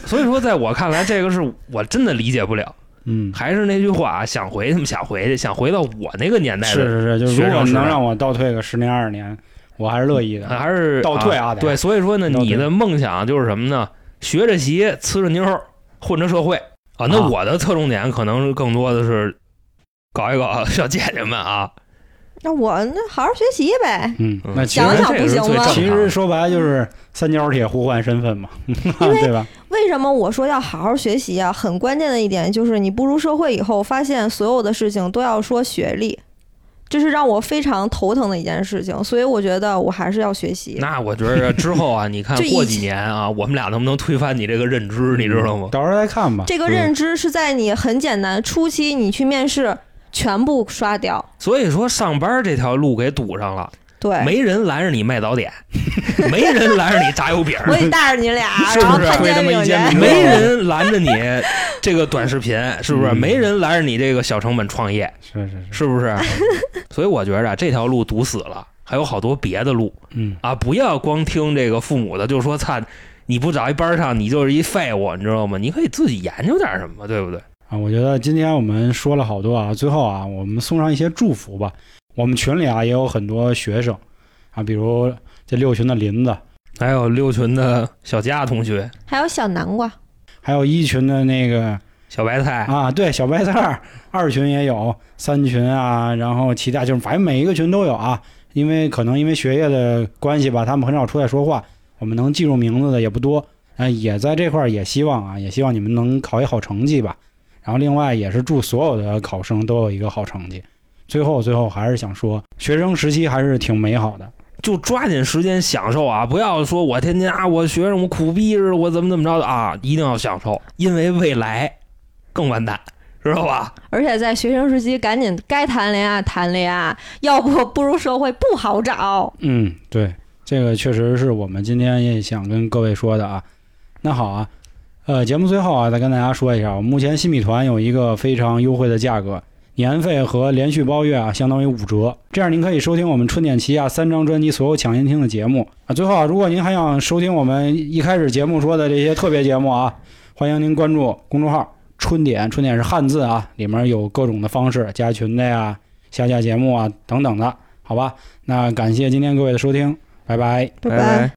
B: 所以说在我看来，这个是我真的理解不了。
A: 嗯，
B: 还是那句话啊，想回他们想回去，想回到我那个年代的，
A: 是是是，就是
B: 学
A: 如果
B: 生时
A: 能
B: 代
A: 让我倒退个十年二十年，我还是乐意的。
B: 还是
A: 倒退啊
B: 啊
A: 得
B: 对，所以说呢，
A: 倒退
B: 你的梦想就是什么呢？学着习，呲着妞，混着社会啊。那
A: 啊
B: 我的侧重点可能是更多的是搞一搞小姐姐们啊，
C: 那我那好好学习呗，
A: 嗯，
B: 嗯
A: 那其
B: 想
A: 实
C: 想想
B: 这
C: 不
B: 是
C: 行
B: 最
C: 吗
B: 正
A: 其
B: 常的
A: 实说白了就是三角铁互换身份嘛，
C: 为
A: 对吧？
C: 为什么我说要好好学习啊？很关键的一点就是，你步入社会以后，发现所有的事情都要说学历，这是让我非常头疼的一件事情。所以我觉得我还是要学习。
B: 那我觉得之后啊，你 看
C: 就以
B: 过几年啊，我们俩能不能推翻你这个认知，你知道吗？
A: 嗯到时候再看吧。
C: 这
B: 嗯
C: 个认知是在你很简单初期，你去面试全部刷掉。
B: 所以说上班这条路给堵上了，
C: 对，
B: 没人拦着你卖早点， 没人拦着你炸油饼，
C: 我也带着你俩，
B: 是啊不
C: 然后
B: 是
C: 看
A: 推他
C: 煎
A: 妈一
C: 饼去。
A: 煎饼
B: 没人拦着你这个短 视频，是不是？
A: 嗯
B: 没人拦着你这个小成本创业，
A: 是是是，
B: 是 不是？所以我觉着啊这条路堵死了，还有好多别的路
A: 嗯，
B: 啊！不要光听这个父母的，就说操，你不找一班上，你就是一废物，你知道吗？你可以自己研究点什么，对不对？
A: 啊，我觉得今天我们说了好多啊，最后啊，我们送上一些祝福吧。我们群里啊也有很多学生啊，比如这六群的林子，
B: 还有六群的小佳同学、
C: 还有小南瓜，
A: 还有一群的那个
B: 小白菜，
A: 啊，对，小白菜儿，二群也有，三群啊，然后其他就是反正每一个群都有啊。因为可能因为学业的关系吧，他们很少出来说话，我们能记住名字的也不多。啊，也在这块儿也希望啊，也希望你们能考一好成绩吧。然后另外也是祝所有的考生都有一个好成绩。最后最后还是想说，学生时期还是挺美好的，
B: 就抓紧时间享受啊！不要说我天天啊，我学生我苦逼似的，我怎么怎么着的啊！一定要享受，因为未来更完蛋，知道吧？
C: 而且在学生时期赶紧该谈恋爱谈恋爱，要不步入社会不好找。
A: 嗯，对，这个确实是我们今天也想跟各位说的啊。那好啊，呃，节目最后啊，再跟大家说一下，我们目前新米团有一个非常优惠的价格，年费和连续包月啊，相当于五折。这样您可以收听我们春点旗下三张专辑所有抢先听的节目啊。最后啊，如果您还想收听我们一开始节目啊说的这些特别节目啊，欢迎您关注公众号“春点”，春点是汉字啊，里面有各种的方式，加群的呀、下架节目啊等等的，好吧？那感谢今天各位的收听，拜拜。
B: 拜拜